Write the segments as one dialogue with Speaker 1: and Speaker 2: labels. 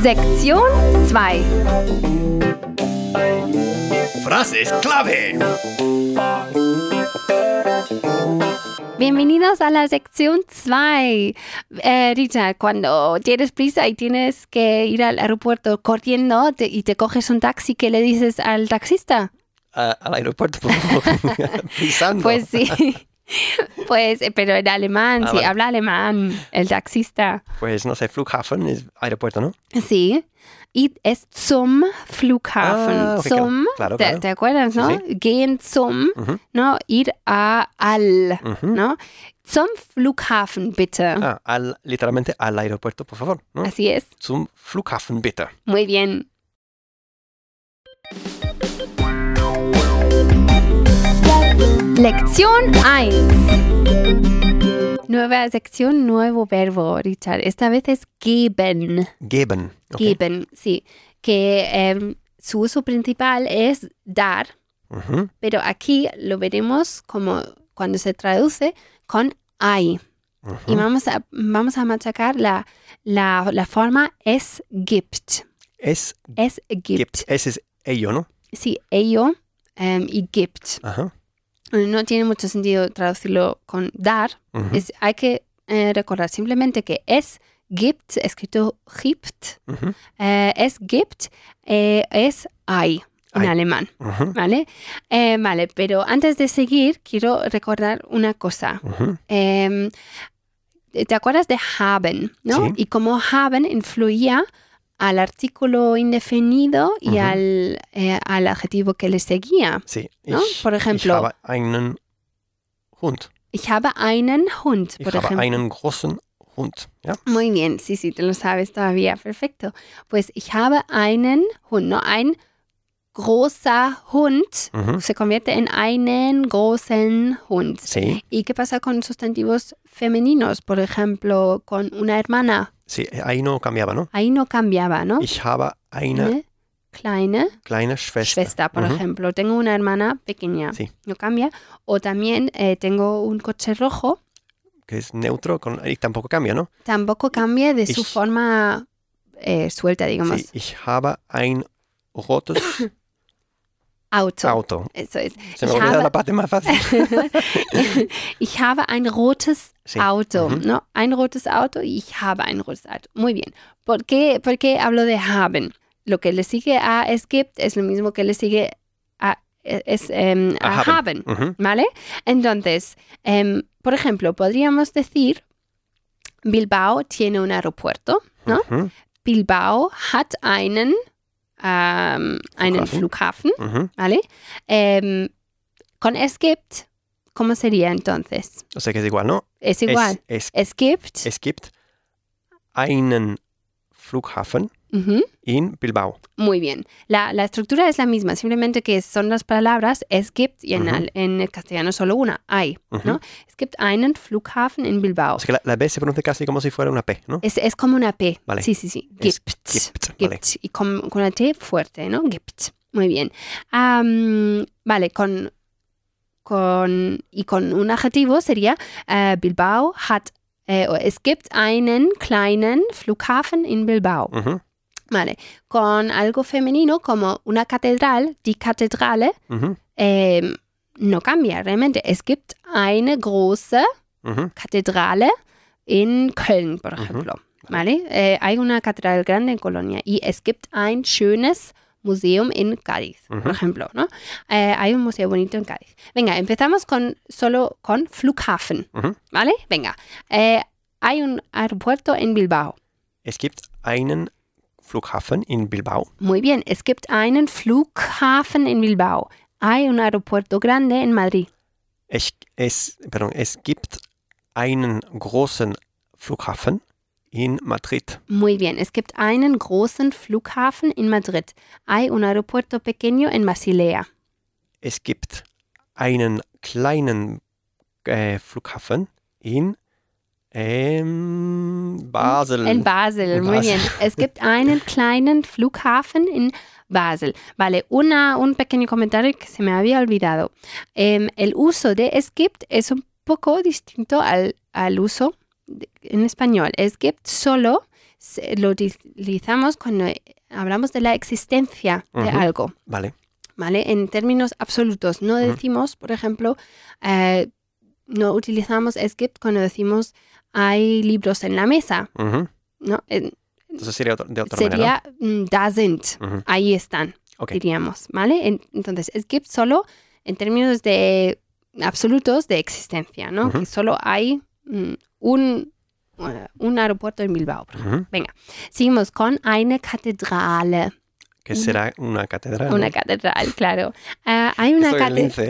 Speaker 1: Sektion 2.
Speaker 2: Frases clave.
Speaker 1: Bienvenidos a la sección 2. Eh, Rita, cuando tienes prisa y tienes que ir al aeropuerto corriendo te- y te coges un taxi, ¿qué le dices al taxista?
Speaker 2: A- al aeropuerto, por favor. Pisando.
Speaker 1: Pues sí. Pues, eh, pero en alemán,
Speaker 2: Ah,
Speaker 1: sí,
Speaker 2: vale.
Speaker 1: habla alemán, el taxista.
Speaker 2: Pues, no sé, Flughafen es aeropuerto, ¿no?
Speaker 1: Sí. Y es zum Flughafen.
Speaker 2: Ah, ok, claro.
Speaker 1: zum,
Speaker 2: Claro,
Speaker 1: te,
Speaker 2: claro.
Speaker 1: te acuerdas,
Speaker 2: Sí,
Speaker 1: no? Gehen zum,
Speaker 2: Ujú,
Speaker 1: ¿no? Ir a al,
Speaker 2: ujú.
Speaker 1: ¿no? Zum Flughafen, bitte.
Speaker 2: Ah, al, literalmente al aeropuerto, por favor. ¿no?
Speaker 1: Así es.
Speaker 2: Zum Flughafen, bitte.
Speaker 1: Muy bien. Lección 1. Nueva sección, nuevo verbo, Richard. Esta vez es geben.
Speaker 2: Geben. ok.
Speaker 1: Geben, sí. Que em, su uso principal es dar,
Speaker 2: Ujú.
Speaker 1: pero aquí lo veremos como cuando se traduce con hay.
Speaker 2: Ujú.
Speaker 1: Y vamos a, vamos a machacar la, la, la forma es gibt.
Speaker 2: Es
Speaker 1: Es gibt.
Speaker 2: gibt. Ese es ello, ¿no?
Speaker 1: Sí, ello em, y gibt.
Speaker 2: Ajá.
Speaker 1: No tiene mucho sentido traducirlo con dar.
Speaker 2: Ujú,
Speaker 1: Es, hay que eh, recordar simplemente que es gibt, escrito gibt,
Speaker 2: ujú,
Speaker 1: eh, es gibt, eh, es hay en
Speaker 2: Hay.
Speaker 1: alemán,
Speaker 2: ujú,
Speaker 1: ¿vale? Eh, vale, pero antes de seguir, quiero recordar una cosa.
Speaker 2: ujú.
Speaker 1: Em, ¿Te acuerdas de haben? ¿no?
Speaker 2: Sí.
Speaker 1: Y cómo haben influía al artículo indefinido y
Speaker 2: Ujú.
Speaker 1: al, eh, al adjetivo que le seguía.
Speaker 2: Sí.
Speaker 1: ¿no?
Speaker 2: Ich,
Speaker 1: Por
Speaker 2: ich
Speaker 1: ejemplo,
Speaker 2: habe einen Hund.
Speaker 1: ich habe einen Hund,
Speaker 2: Ich
Speaker 1: por
Speaker 2: habe
Speaker 1: ejemplo.
Speaker 2: einen großen Hund. Ja?
Speaker 1: Muy bien, sí, sí, te lo sabes todavía, perfecto. Pues ich habe einen Hund, ¿no? Ein großer Hund
Speaker 2: Ujú.
Speaker 1: se convierte en einen großen Hund.
Speaker 2: Sí.
Speaker 1: ¿Y qué pasa con sustantivos femeninos? Por ejemplo, con una hermana.
Speaker 2: Sí, ahí no cambiaba, ¿no?
Speaker 1: Ahí no cambiaba, ¿no?
Speaker 2: Ich habe eine
Speaker 1: Eine kleine
Speaker 2: kleine Schwester.
Speaker 1: Schwester, por
Speaker 2: Ujú.
Speaker 1: ejemplo. Tengo una hermana pequeña.
Speaker 2: Sí.
Speaker 1: No cambia. O también eh, tengo un coche rojo.
Speaker 2: Que es neutro con, y tampoco cambia, ¿no?
Speaker 1: tampoco cambia de su
Speaker 2: Ich-
Speaker 1: forma eh, suelta, digamos,
Speaker 2: Sí, ich habe ein rotes
Speaker 1: auto.
Speaker 2: Auto.
Speaker 1: Eso es.
Speaker 2: Se me
Speaker 1: Ich
Speaker 2: olvida
Speaker 1: habe-
Speaker 2: la parte más fácil.
Speaker 1: ich habe ein rotes
Speaker 2: Sí.
Speaker 1: Auto,
Speaker 2: Mhm.
Speaker 1: ¿no? Ein rotes Auto y ich habe ein rotes Auto. Muy bien. ¿Por qué, por qué hablo de haben? Lo que le sigue a es gibt es lo mismo que le sigue a, es, em,
Speaker 2: A
Speaker 1: a haben.
Speaker 2: haben. Ujú.
Speaker 1: ¿Vale? Entonces, em, por ejemplo, podríamos decir Bilbao tiene un aeropuerto, ¿no?
Speaker 2: Ujú.
Speaker 1: Bilbao hat einen, ähm, einen Flughafen,
Speaker 2: Ujú.
Speaker 1: ¿vale? Ähm, con es gibt, ¿cómo sería entonces?
Speaker 2: O sea que es igual, ¿no?
Speaker 1: Es
Speaker 2: Es-
Speaker 1: igual.
Speaker 2: Es,
Speaker 1: Es, gibt,
Speaker 2: es gibt einen Flughafen
Speaker 1: ujú,
Speaker 2: in Bilbao.
Speaker 1: muy bien. La, la estructura es la misma, simplemente que son las palabras es gibt y en,
Speaker 2: Ujú.
Speaker 1: al- en el castellano solo una, hay.
Speaker 2: Ujú.
Speaker 1: ¿No? Es gibt einen Flughafen in Bilbao.
Speaker 2: O sea que la, la B se pronuncia casi como si fuera una P, ¿no?
Speaker 1: Es, es como una P.
Speaker 2: Vale.
Speaker 1: Sí, sí, sí.
Speaker 2: Es
Speaker 1: Gibt.
Speaker 2: Gibt.
Speaker 1: Gibt.
Speaker 2: Vale.
Speaker 1: Y con, con la T fuerte, ¿no? Gibt. Muy bien. Am, vale, con, con. Y con un adjetivo sería eh, Bilbao hat. eh, o es gibt einen kleinen Flughafen in Bilbao.
Speaker 2: Ujú.
Speaker 1: Vale. Con algo femenino como una catedral, die Kathedrale,
Speaker 2: Ujú.
Speaker 1: eh, no cambia realmente. Es gibt eine große
Speaker 2: Ujú.
Speaker 1: Kathedrale in Köln, por
Speaker 2: Ujú.
Speaker 1: ejemplo. ¿Vale? Eh, hay una catedral grande en Colonia y es gibt ein schönes museum en Cádiz,
Speaker 2: Ujú.
Speaker 1: por ejemplo. ¿no? Eh, hay un museo bonito en Cádiz. Venga, empezamos con solo con Flughafen.
Speaker 2: Ujú.
Speaker 1: ¿Vale? Venga. Eh, hay un aeropuerto en Bilbao.
Speaker 2: Es gibt einen Flughafen in Bilbao.
Speaker 1: Muy bien. Es gibt einen Flughafen en Bilbao. Hay un aeropuerto grande en Madrid.
Speaker 2: Es, es, perdón, es gibt einen großen Flughafen in Madrid.
Speaker 1: Muy bien. Es gibt einen großen Flughafen en Madrid. Hay un aeropuerto pequeño en Basilea.
Speaker 2: Es gibt einen kleinen äh, Flughafen in ähm, Basel.
Speaker 1: En Basel,
Speaker 2: En
Speaker 1: muy
Speaker 2: Basel.
Speaker 1: bien. Es gibt einen kleinen Flughafen in Basel. Vale, una, un pequeño comentario que se me había olvidado. Em, el uso de es gibt es un poco distinto al, al uso de- en español. Es gibt solo se- lo utilizamos cuando hablamos de la existencia de
Speaker 2: Ujú.
Speaker 1: algo.
Speaker 2: Vale.
Speaker 1: ¿vale? En términos absolutos. No
Speaker 2: Ujú.
Speaker 1: decimos, por ejemplo, eh, no utilizamos es gibt cuando decimos hay libros en la mesa,
Speaker 2: Ujú.
Speaker 1: ¿no? En-
Speaker 2: Entonces sería otro- de otra
Speaker 1: sería
Speaker 2: manera.
Speaker 1: mm, da sind,
Speaker 2: Ujú.
Speaker 1: ahí están,
Speaker 2: Ok.
Speaker 1: diríamos, ¿vale? En- entonces, es gibt solo en términos de absolutos de existencia, ¿no?
Speaker 2: Ujú.
Speaker 1: Que solo hay mm, un, eh, un aeropuerto en Bilbao. por ejemplo.
Speaker 2: Ujú.
Speaker 1: Seguimos con eine Kathedrale.
Speaker 2: Que
Speaker 1: Una-
Speaker 2: será una catedral.
Speaker 1: Una
Speaker 2: ¿no?
Speaker 1: catedral, claro. Ah, hay una
Speaker 2: Estoy en
Speaker 1: catedral.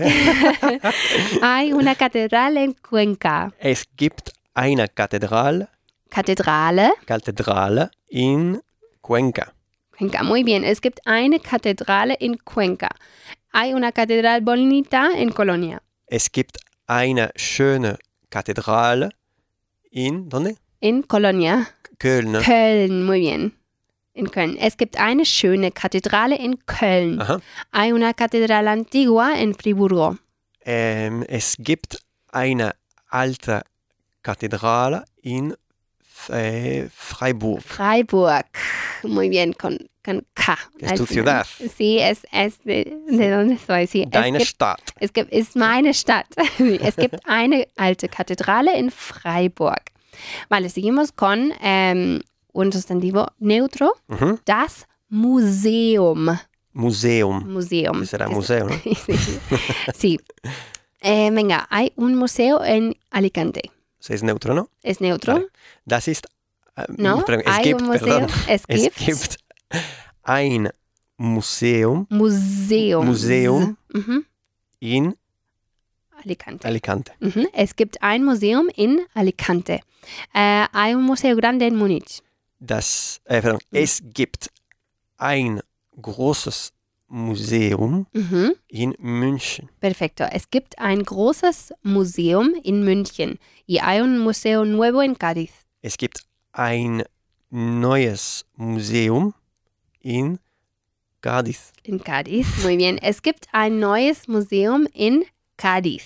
Speaker 2: Lince, ¿eh?
Speaker 1: Hay una catedral en Cuenca.
Speaker 2: Es gibt eine Kathedral,
Speaker 1: Kathedrale.
Speaker 2: Kathedrale in Cuenca.
Speaker 1: Cuenca, muy bien. Es gibt eine Kathedrale in Cuenca. Hay una catedral bonita en Colonia.
Speaker 2: Es gibt eine schöne Kathedrale in ¿dónde?
Speaker 1: En Colonia.
Speaker 2: Köln. ne?
Speaker 1: Köln, muy bien. En Köln. Es gibt eine schöne Kathedrale in Köln.
Speaker 2: Ajá.
Speaker 1: Hay una catedral antigua en Friburgo.
Speaker 2: Ähm, es gibt eine alte Kathedrale in äh, Freiburg.
Speaker 1: Freiburg. Muy bien, con, con K.
Speaker 2: Es
Speaker 1: al
Speaker 2: tu
Speaker 1: final.
Speaker 2: ciudad.
Speaker 1: Sí, es, es de, de donde soy. Sí, es
Speaker 2: Deine
Speaker 1: gibt-
Speaker 2: Stadt.
Speaker 1: Es gibt, ist meine Stadt. Es gibt eine alte Kathedrale in Freiburg. Vale, seguimos con ähm, un sustantivo neutro.
Speaker 2: Mhm.
Speaker 1: Das Museum.
Speaker 2: Museum.
Speaker 1: Museum.
Speaker 2: Das será
Speaker 1: Que-
Speaker 2: museo, ¿no?
Speaker 1: sí. sí. Eh, venga, hay un museo en Alicante.
Speaker 2: Se es neutro, ¿no?
Speaker 1: ¿Es neutro?
Speaker 2: Vale. Das ist. ähm,
Speaker 1: ¿No?
Speaker 2: perdón, es
Speaker 1: hay
Speaker 2: gibt,
Speaker 1: un museo.
Speaker 2: perdón.
Speaker 1: Es
Speaker 2: Es
Speaker 1: gibt.
Speaker 2: gibt ein Museum
Speaker 1: Museum.
Speaker 2: Museum.
Speaker 1: Mhm.
Speaker 2: in
Speaker 1: Alicante.
Speaker 2: Alicante.
Speaker 1: Mhm. Es gibt ein Museum in Alicante. Eh, hay un museo grande en Múnich.
Speaker 2: Das, äh, pardon,
Speaker 1: Hm.
Speaker 2: Es gibt ein großes Museum
Speaker 1: Mhm.
Speaker 2: in München.
Speaker 1: Perfecto. Es gibt ein großes Museum in München y hay un museo nuevo en Cádiz.
Speaker 2: Es gibt ein neues Museum in Cádiz.
Speaker 1: En Cádiz. Muy bien. Es gibt ein neues Museum in Cádiz.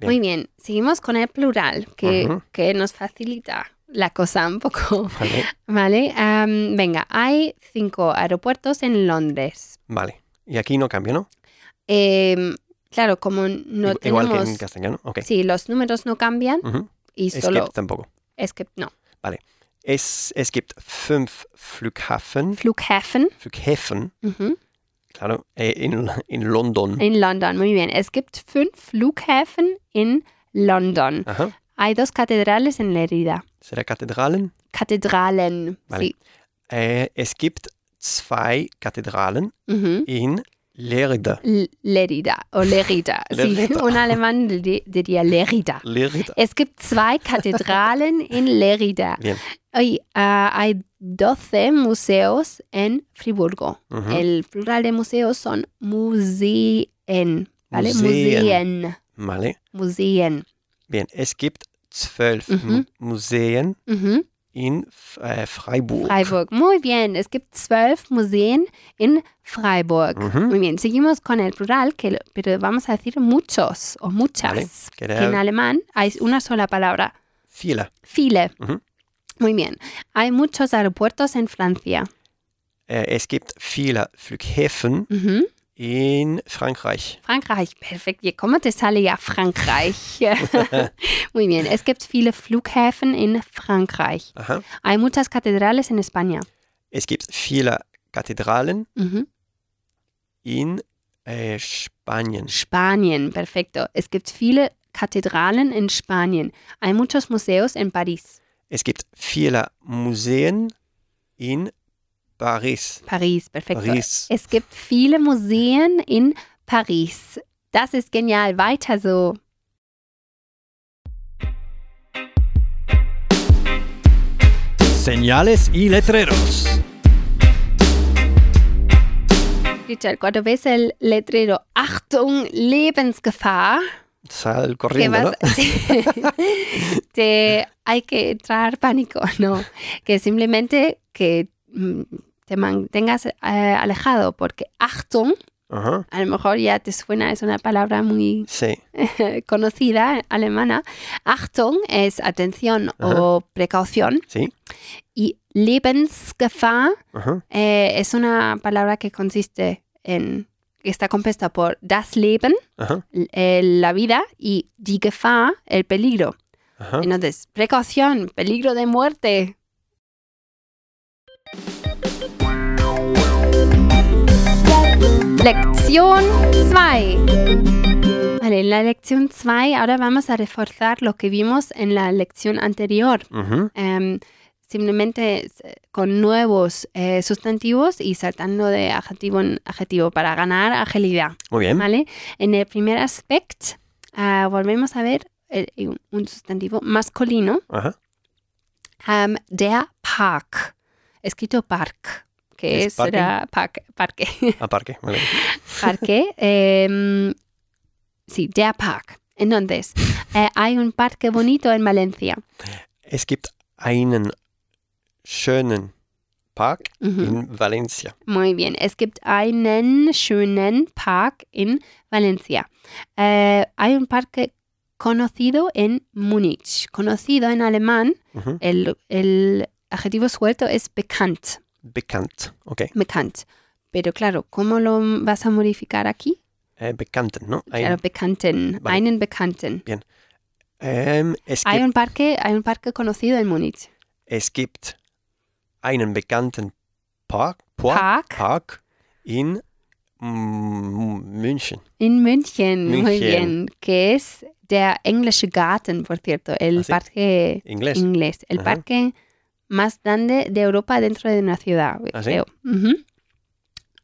Speaker 2: Bien.
Speaker 1: Muy bien. Seguimos con el plural, que,
Speaker 2: Ujú.
Speaker 1: que nos facilita la cosa un poco.
Speaker 2: Vale.
Speaker 1: Vale. am, venga, hay cinco aeropuertos en Londres.
Speaker 2: vale. Y aquí no cambia, ¿no?
Speaker 1: Em, claro, como no
Speaker 2: Igu- Igual que
Speaker 1: tenemos.
Speaker 2: en castellano. Ok.
Speaker 1: sí, los números no cambian
Speaker 2: Ujú.
Speaker 1: y
Speaker 2: Es
Speaker 1: solo.
Speaker 2: gibt tampoco.
Speaker 1: Es gibt no.
Speaker 2: Es, es gibt fünf Flughafen,
Speaker 1: Flughafen.
Speaker 2: Flughäfen,
Speaker 1: Ujú.
Speaker 2: claro, äh, in, in London.
Speaker 1: In London, muy bien. Es gibt fünf Flughäfen in London.
Speaker 2: Aha.
Speaker 1: Hay dos catedrales en Lerida.
Speaker 2: Será Kathedralen?
Speaker 1: Catedralen.
Speaker 2: Vale.
Speaker 1: Sí.
Speaker 2: Äh, es gibt zwei Kathedralen
Speaker 1: Ujú.
Speaker 2: in Lerida.
Speaker 1: L- Lerida o Lerida. sí,
Speaker 2: Lerida.
Speaker 1: un alemán di- diría Lerida.
Speaker 2: Lerida.
Speaker 1: Es gibt zwei Katedralen in Lerida.
Speaker 2: Bien.
Speaker 1: Y ah, hay 12 museos en Friburgo.
Speaker 2: Mhm.
Speaker 1: El plural de museos son museen. ¿Vale?
Speaker 2: Museen.
Speaker 1: Museen.
Speaker 2: Vale.
Speaker 1: Museen.
Speaker 2: Bien. Es gibt zwölf
Speaker 1: Mhm.
Speaker 2: Mu- Museen
Speaker 1: Ujú.
Speaker 2: in F- äh, Freiburg.
Speaker 1: Freiburg. Muy bien. Es gibt zwölf Museen en Freiburg.
Speaker 2: Ujú.
Speaker 1: Muy bien. Seguimos con el plural, que, lo- pero vamos a decir muchos o muchas.
Speaker 2: Vale. Que
Speaker 1: Que en
Speaker 2: da
Speaker 1: alemán hay una sola palabra.
Speaker 2: Genau. viele.
Speaker 1: Viele.
Speaker 2: Ujú.
Speaker 1: Muy bien. Hay muchos aeropuertos en Francia.
Speaker 2: Äh, es gibt viele Flughäfen
Speaker 1: Ujú.
Speaker 2: in Frankreich.
Speaker 1: Frankreich. Perfecto. ¿Cómo te sale ya Frankreich? Muy bien. Es gibt viele Flughäfen en Frankreich.
Speaker 2: Aha.
Speaker 1: Hay muchas catedrales en España.
Speaker 2: Es gibt viele Kathedralen
Speaker 1: Ujú.
Speaker 2: in äh, Spanien.
Speaker 1: Spanien, perfecto. Es gibt viele Kathedralen in Spanien. Hay muchos museos en París.
Speaker 2: Es gibt viele Museen in Paris.
Speaker 1: París, perfecto.
Speaker 2: Paris.
Speaker 1: Es gibt viele Museen in Paris. Das ist genial. Weiter so.
Speaker 2: Señales y letreros.
Speaker 1: Richard, cuando ves el letrero, Achtung, Lebensgefahr,
Speaker 2: Sal
Speaker 1: que
Speaker 2: corriendo,
Speaker 1: vas,
Speaker 2: ¿no?
Speaker 1: Sí. te, hay que entrar pánico, no, que simplemente que mm, te mantengas eh, alejado, porque Achtung
Speaker 2: Ajá.
Speaker 1: A lo mejor ya te suena, es una palabra muy eh,
Speaker 2: Sí.
Speaker 1: conocida alemana. Achtung es atención o precaución.
Speaker 2: Sí.
Speaker 1: Y Lebensgefahr
Speaker 2: Ajá.
Speaker 1: eh, es una palabra que consiste en, que está compuesta por das Leben,
Speaker 2: Ajá.
Speaker 1: eh, la vida, y die Gefahr, el peligro.
Speaker 2: Ajá.
Speaker 1: Entonces, precaución, peligro de muerte. Lección 2. Vale, en la lección 2 ahora vamos a reforzar lo que vimos en la lección anterior.
Speaker 2: Ujú.
Speaker 1: Em, simplemente s- con nuevos eh, sustantivos y saltando de adjetivo en adjetivo para ganar agilidad.
Speaker 2: Muy bien.
Speaker 1: ¿Vale? En el primer aspecto, ah, volvemos a ver el- un- un sustantivo masculino,
Speaker 2: Ajá.
Speaker 1: am, der Park, escrito Park, que
Speaker 2: ¿Es
Speaker 1: es será parque, parque,
Speaker 2: Aparque. Vale.
Speaker 1: parque, em, sí, der Park. Entonces, eh, hay un parque bonito en Valencia.
Speaker 2: Es gibt einen schönen Park
Speaker 1: Ujú.
Speaker 2: in Valencia.
Speaker 1: Muy bien, es gibt einen schönen Park in Valencia. Eh, hay un parque conocido en Múnich. Conocido en alemán,
Speaker 2: Ujú.
Speaker 1: el, el adjetivo suelto es bekannt,
Speaker 2: Bekannt. Okay.
Speaker 1: bekannt. Pero claro, ¿cómo lo vas a modificar aquí?
Speaker 2: Äh, Bekannten, ne? Ein,
Speaker 1: Claro, bekannten,
Speaker 2: Vale.
Speaker 1: einen bekannten.
Speaker 2: ähm, es,
Speaker 1: Hay
Speaker 2: gibt,
Speaker 1: un parque, hay un parque conocido en Múnich.
Speaker 2: es gibt einen bekannten Park, Park,
Speaker 1: Park
Speaker 2: Park in M- München.
Speaker 1: en München. Muy
Speaker 2: München.
Speaker 1: bien, que es der englische Garten, por cierto, el
Speaker 2: Ah, sí.
Speaker 1: parque
Speaker 2: Englisch.
Speaker 1: inglés, el
Speaker 2: Ajá.
Speaker 1: parque más grande de Europa dentro de una ciudad,
Speaker 2: ¿Ah, sí?
Speaker 1: creo. Ujú.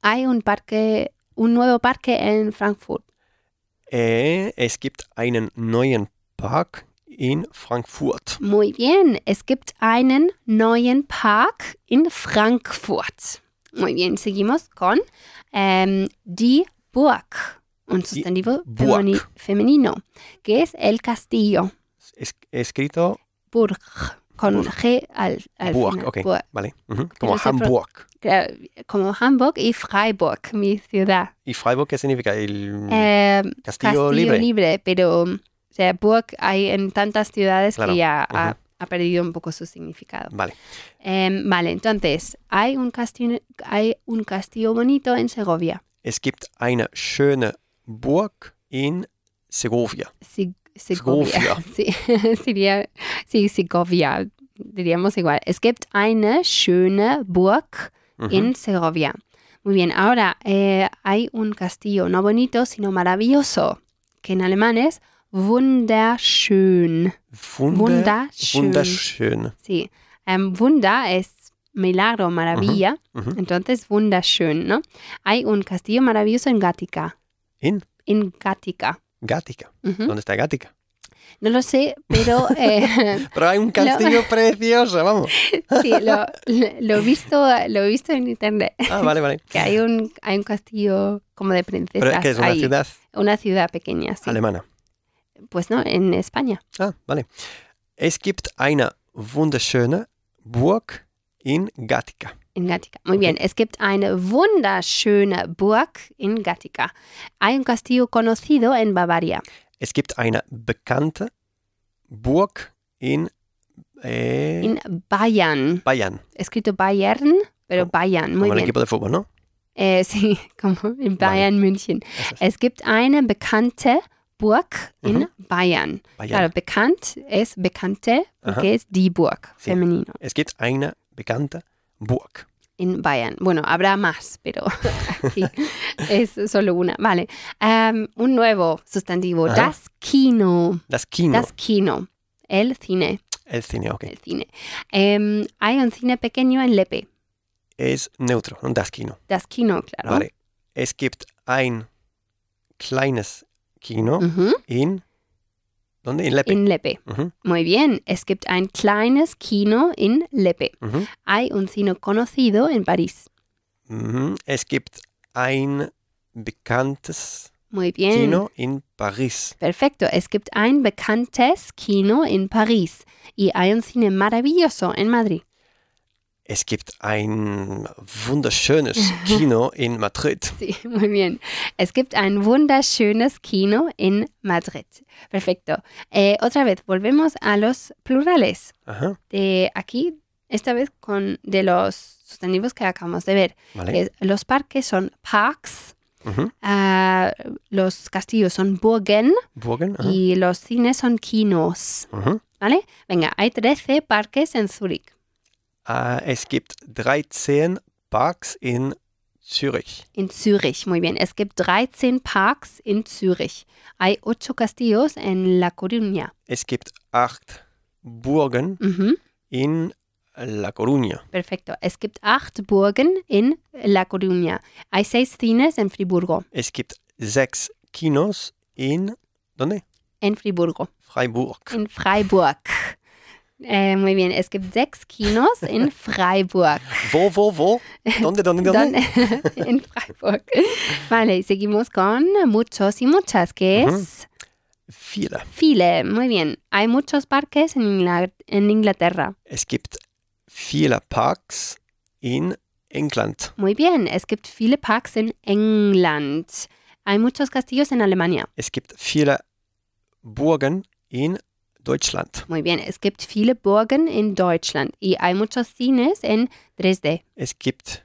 Speaker 1: Hay un parque, un nuevo parque en Frankfurt.
Speaker 2: Äh, es gibt einen neuen Park in Frankfurt.
Speaker 1: Muy bien, es gibt einen neuen Park in Frankfurt. Muy bien, seguimos con em, die Burg, un sustantivo
Speaker 2: Burg.
Speaker 1: femeni- femenino, que es el castillo,
Speaker 2: Es, escrito
Speaker 1: Burg, con
Speaker 2: Burg.
Speaker 1: G al, al
Speaker 2: Burg,
Speaker 1: final.
Speaker 2: okay.
Speaker 1: Burg.
Speaker 2: vale, mhm.
Speaker 1: Pero
Speaker 2: como
Speaker 1: se pro-
Speaker 2: Hamburg.
Speaker 1: Claro, como Hamburg y Freiburg, mi ciudad.
Speaker 2: ¿Y Freiburg qué significa? El
Speaker 1: Eh,
Speaker 2: Castillo,
Speaker 1: Castillo
Speaker 2: Libre.
Speaker 1: libre. pero o sea, Burg hay en tantas ciudades
Speaker 2: Claro,
Speaker 1: que ya ha,
Speaker 2: ujú.
Speaker 1: ha perdido un poco su significado.
Speaker 2: Vale.
Speaker 1: Em, vale, entonces, hay un, castillo, hay un castillo bonito en Segovia,
Speaker 2: Es gibt eine schöne Burg in Segovia.
Speaker 1: Se- Segovia.
Speaker 2: Segovia.
Speaker 1: Sí, sería, sí, Segovia, diríamos igual. Es gibt eine schöne Burg
Speaker 2: Mhm.
Speaker 1: en Segovia. Muy bien, ahora eh, hay un castillo, no bonito, sino maravilloso, que en alemán es wunderschön.
Speaker 2: Wunder
Speaker 1: Wunderschön.
Speaker 2: wunderschön.
Speaker 1: Sí. Em, Wunder es milagro, maravilla.
Speaker 2: Mhm.
Speaker 1: Entonces, wunderschön, ¿no? Hay un castillo maravilloso en Gatica.
Speaker 2: ¿En? Ah.
Speaker 1: En Gatica.
Speaker 2: Gatica.
Speaker 1: Ujú.
Speaker 2: ¿Dónde está Gatica?
Speaker 1: No lo sé, pero eh,
Speaker 2: Pero hay un castillo precioso, vamos.
Speaker 1: sí, lo, lo he visto, lo he visto en internet.
Speaker 2: Ah, vale, vale.
Speaker 1: Que hay un, hay un castillo como de princesas.
Speaker 2: Pero es que es una
Speaker 1: ahí.
Speaker 2: ciudad
Speaker 1: Una ciudad pequeña, sí.
Speaker 2: alemana.
Speaker 1: Pues no, en España.
Speaker 2: Ah, vale. Es gibt eine wunderschöne Burg in Gatica.
Speaker 1: En Gatica. Muy bien, es gibt eine wunderschöne Burg en Gatica. Hay un castillo conocido en Bavaria.
Speaker 2: Es gibt eine bekannte Burg in, äh,
Speaker 1: En Bayern.
Speaker 2: Bayern.
Speaker 1: escrito Bayern, pero
Speaker 2: Como-
Speaker 1: Bayern, muy
Speaker 2: Como el
Speaker 1: bien.
Speaker 2: equipo de fútbol, ¿no?
Speaker 1: Eh, sí, como in Bayern, München.
Speaker 2: Eso es.
Speaker 1: Es gibt eine bekannte Burg in
Speaker 2: Ujú.
Speaker 1: Bayern.
Speaker 2: Bayern.
Speaker 1: Claro, bekannt es bekannte, porque es die Burg,
Speaker 2: Sí.
Speaker 1: femenino,
Speaker 2: Es gibt eine bekannte Burg.
Speaker 1: en Bayern. Bueno, habrá más, pero aquí es solo una. Vale. Am, un nuevo sustantivo,
Speaker 2: Ajá.
Speaker 1: das Kino.
Speaker 2: Das Kino.
Speaker 1: Das Kino. El cine,
Speaker 2: El cine, ok.
Speaker 1: el cine. Em, hay un cine pequeño en Lepe.
Speaker 2: Es neutro, ¿no? das Kino.
Speaker 1: Das Kino, claro.
Speaker 2: Vale. Es gibt ein kleines Kino
Speaker 1: Ujú,
Speaker 2: in. ¿Dónde? In Lepe.
Speaker 1: En Lepe.
Speaker 2: Ujú,
Speaker 1: Muy bien, es gibt ein kleines Kino in Lepe.
Speaker 2: ujú,
Speaker 1: Hay un cine conocido en París.
Speaker 2: mhm. Es gibt ein bekanntes
Speaker 1: Muy bien.
Speaker 2: Kino in Paris.
Speaker 1: Perfecto, es gibt ein bekanntes Kino in París. Y hay un cine maravilloso en Madrid.
Speaker 2: Es gibt ein wunderschönes Kino in Madrid.
Speaker 1: Sí, muy bien. Es gibt ein wunderschönes Kino en Madrid. Perfecto. Eh, otra vez, volvemos a los plurales.
Speaker 2: Ajá,
Speaker 1: De aquí, esta vez con de los sustantivos que acabamos de ver.
Speaker 2: vale.
Speaker 1: Es- los parques son parks,
Speaker 2: Ujú.
Speaker 1: ah, los castillos son burgen
Speaker 2: Burgen. Ajá.
Speaker 1: y los cines son kinos.
Speaker 2: Ujú.
Speaker 1: ¿Vale? Venga, hay 13 parques en Zurich,
Speaker 2: Ah, es gibt 13 Parks in Zürich.
Speaker 1: en Zürich. Muy bien, es gibt 13 Parks in Zürich. Hay 8 castillos en La Coruña.
Speaker 2: Es gibt acht Burgen
Speaker 1: Ujú,
Speaker 2: in La Coruña.
Speaker 1: perfecto. Es gibt 8 Burgen en La Coruña. Hay 6 cines en Friburgo.
Speaker 2: Es gibt sechs Kinos in ¿dónde?
Speaker 1: En Friburgo.
Speaker 2: Freiburg.
Speaker 1: En Freiburg. Eh, muy bien, es gibt 6 Kinos en Freiburg.
Speaker 2: Wo, wo, wo? ¿Dónde, dónde,
Speaker 1: Don-
Speaker 2: dónde?
Speaker 1: en Freiburg. Vale, y seguimos con muchos y muchas, que
Speaker 2: Ujú.
Speaker 1: es
Speaker 2: Viele.
Speaker 1: Viele. Muy bien. Hay muchos parques en, Ingla- en Inglaterra.
Speaker 2: Es gibt viele Parks in England.
Speaker 1: Muy bien. Es gibt viele Parks en England. Hay muchos castillos en Alemania.
Speaker 2: Es gibt viele Burgen in Deutschland.
Speaker 1: Muy bien. Es gibt viele Burgen en Deutschland. Y hay muchos cines en Dresde.
Speaker 2: Es gibt.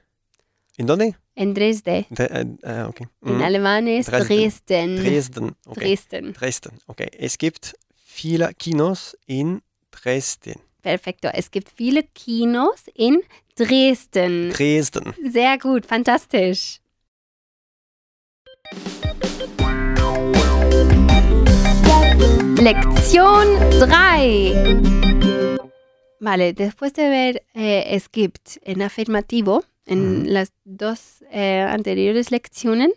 Speaker 2: In dónde?
Speaker 1: En Dresde.
Speaker 2: De- äh, äh, okay.
Speaker 1: En
Speaker 2: Mhm.
Speaker 1: alemán es Dresden.
Speaker 2: Dresden. Okay.
Speaker 1: Dresden.
Speaker 2: Dresden. Okay. Es gibt viele Kinos in Dresden.
Speaker 1: Perfecto. Es gibt viele Kinos en Dresden.
Speaker 2: Dresden.
Speaker 1: Sehr gut. Fantastisch. Lección 3. Vale, después de ver eh, Skipped en afirmativo, en
Speaker 2: Ujú.
Speaker 1: las dos eh, anteriores lecciones,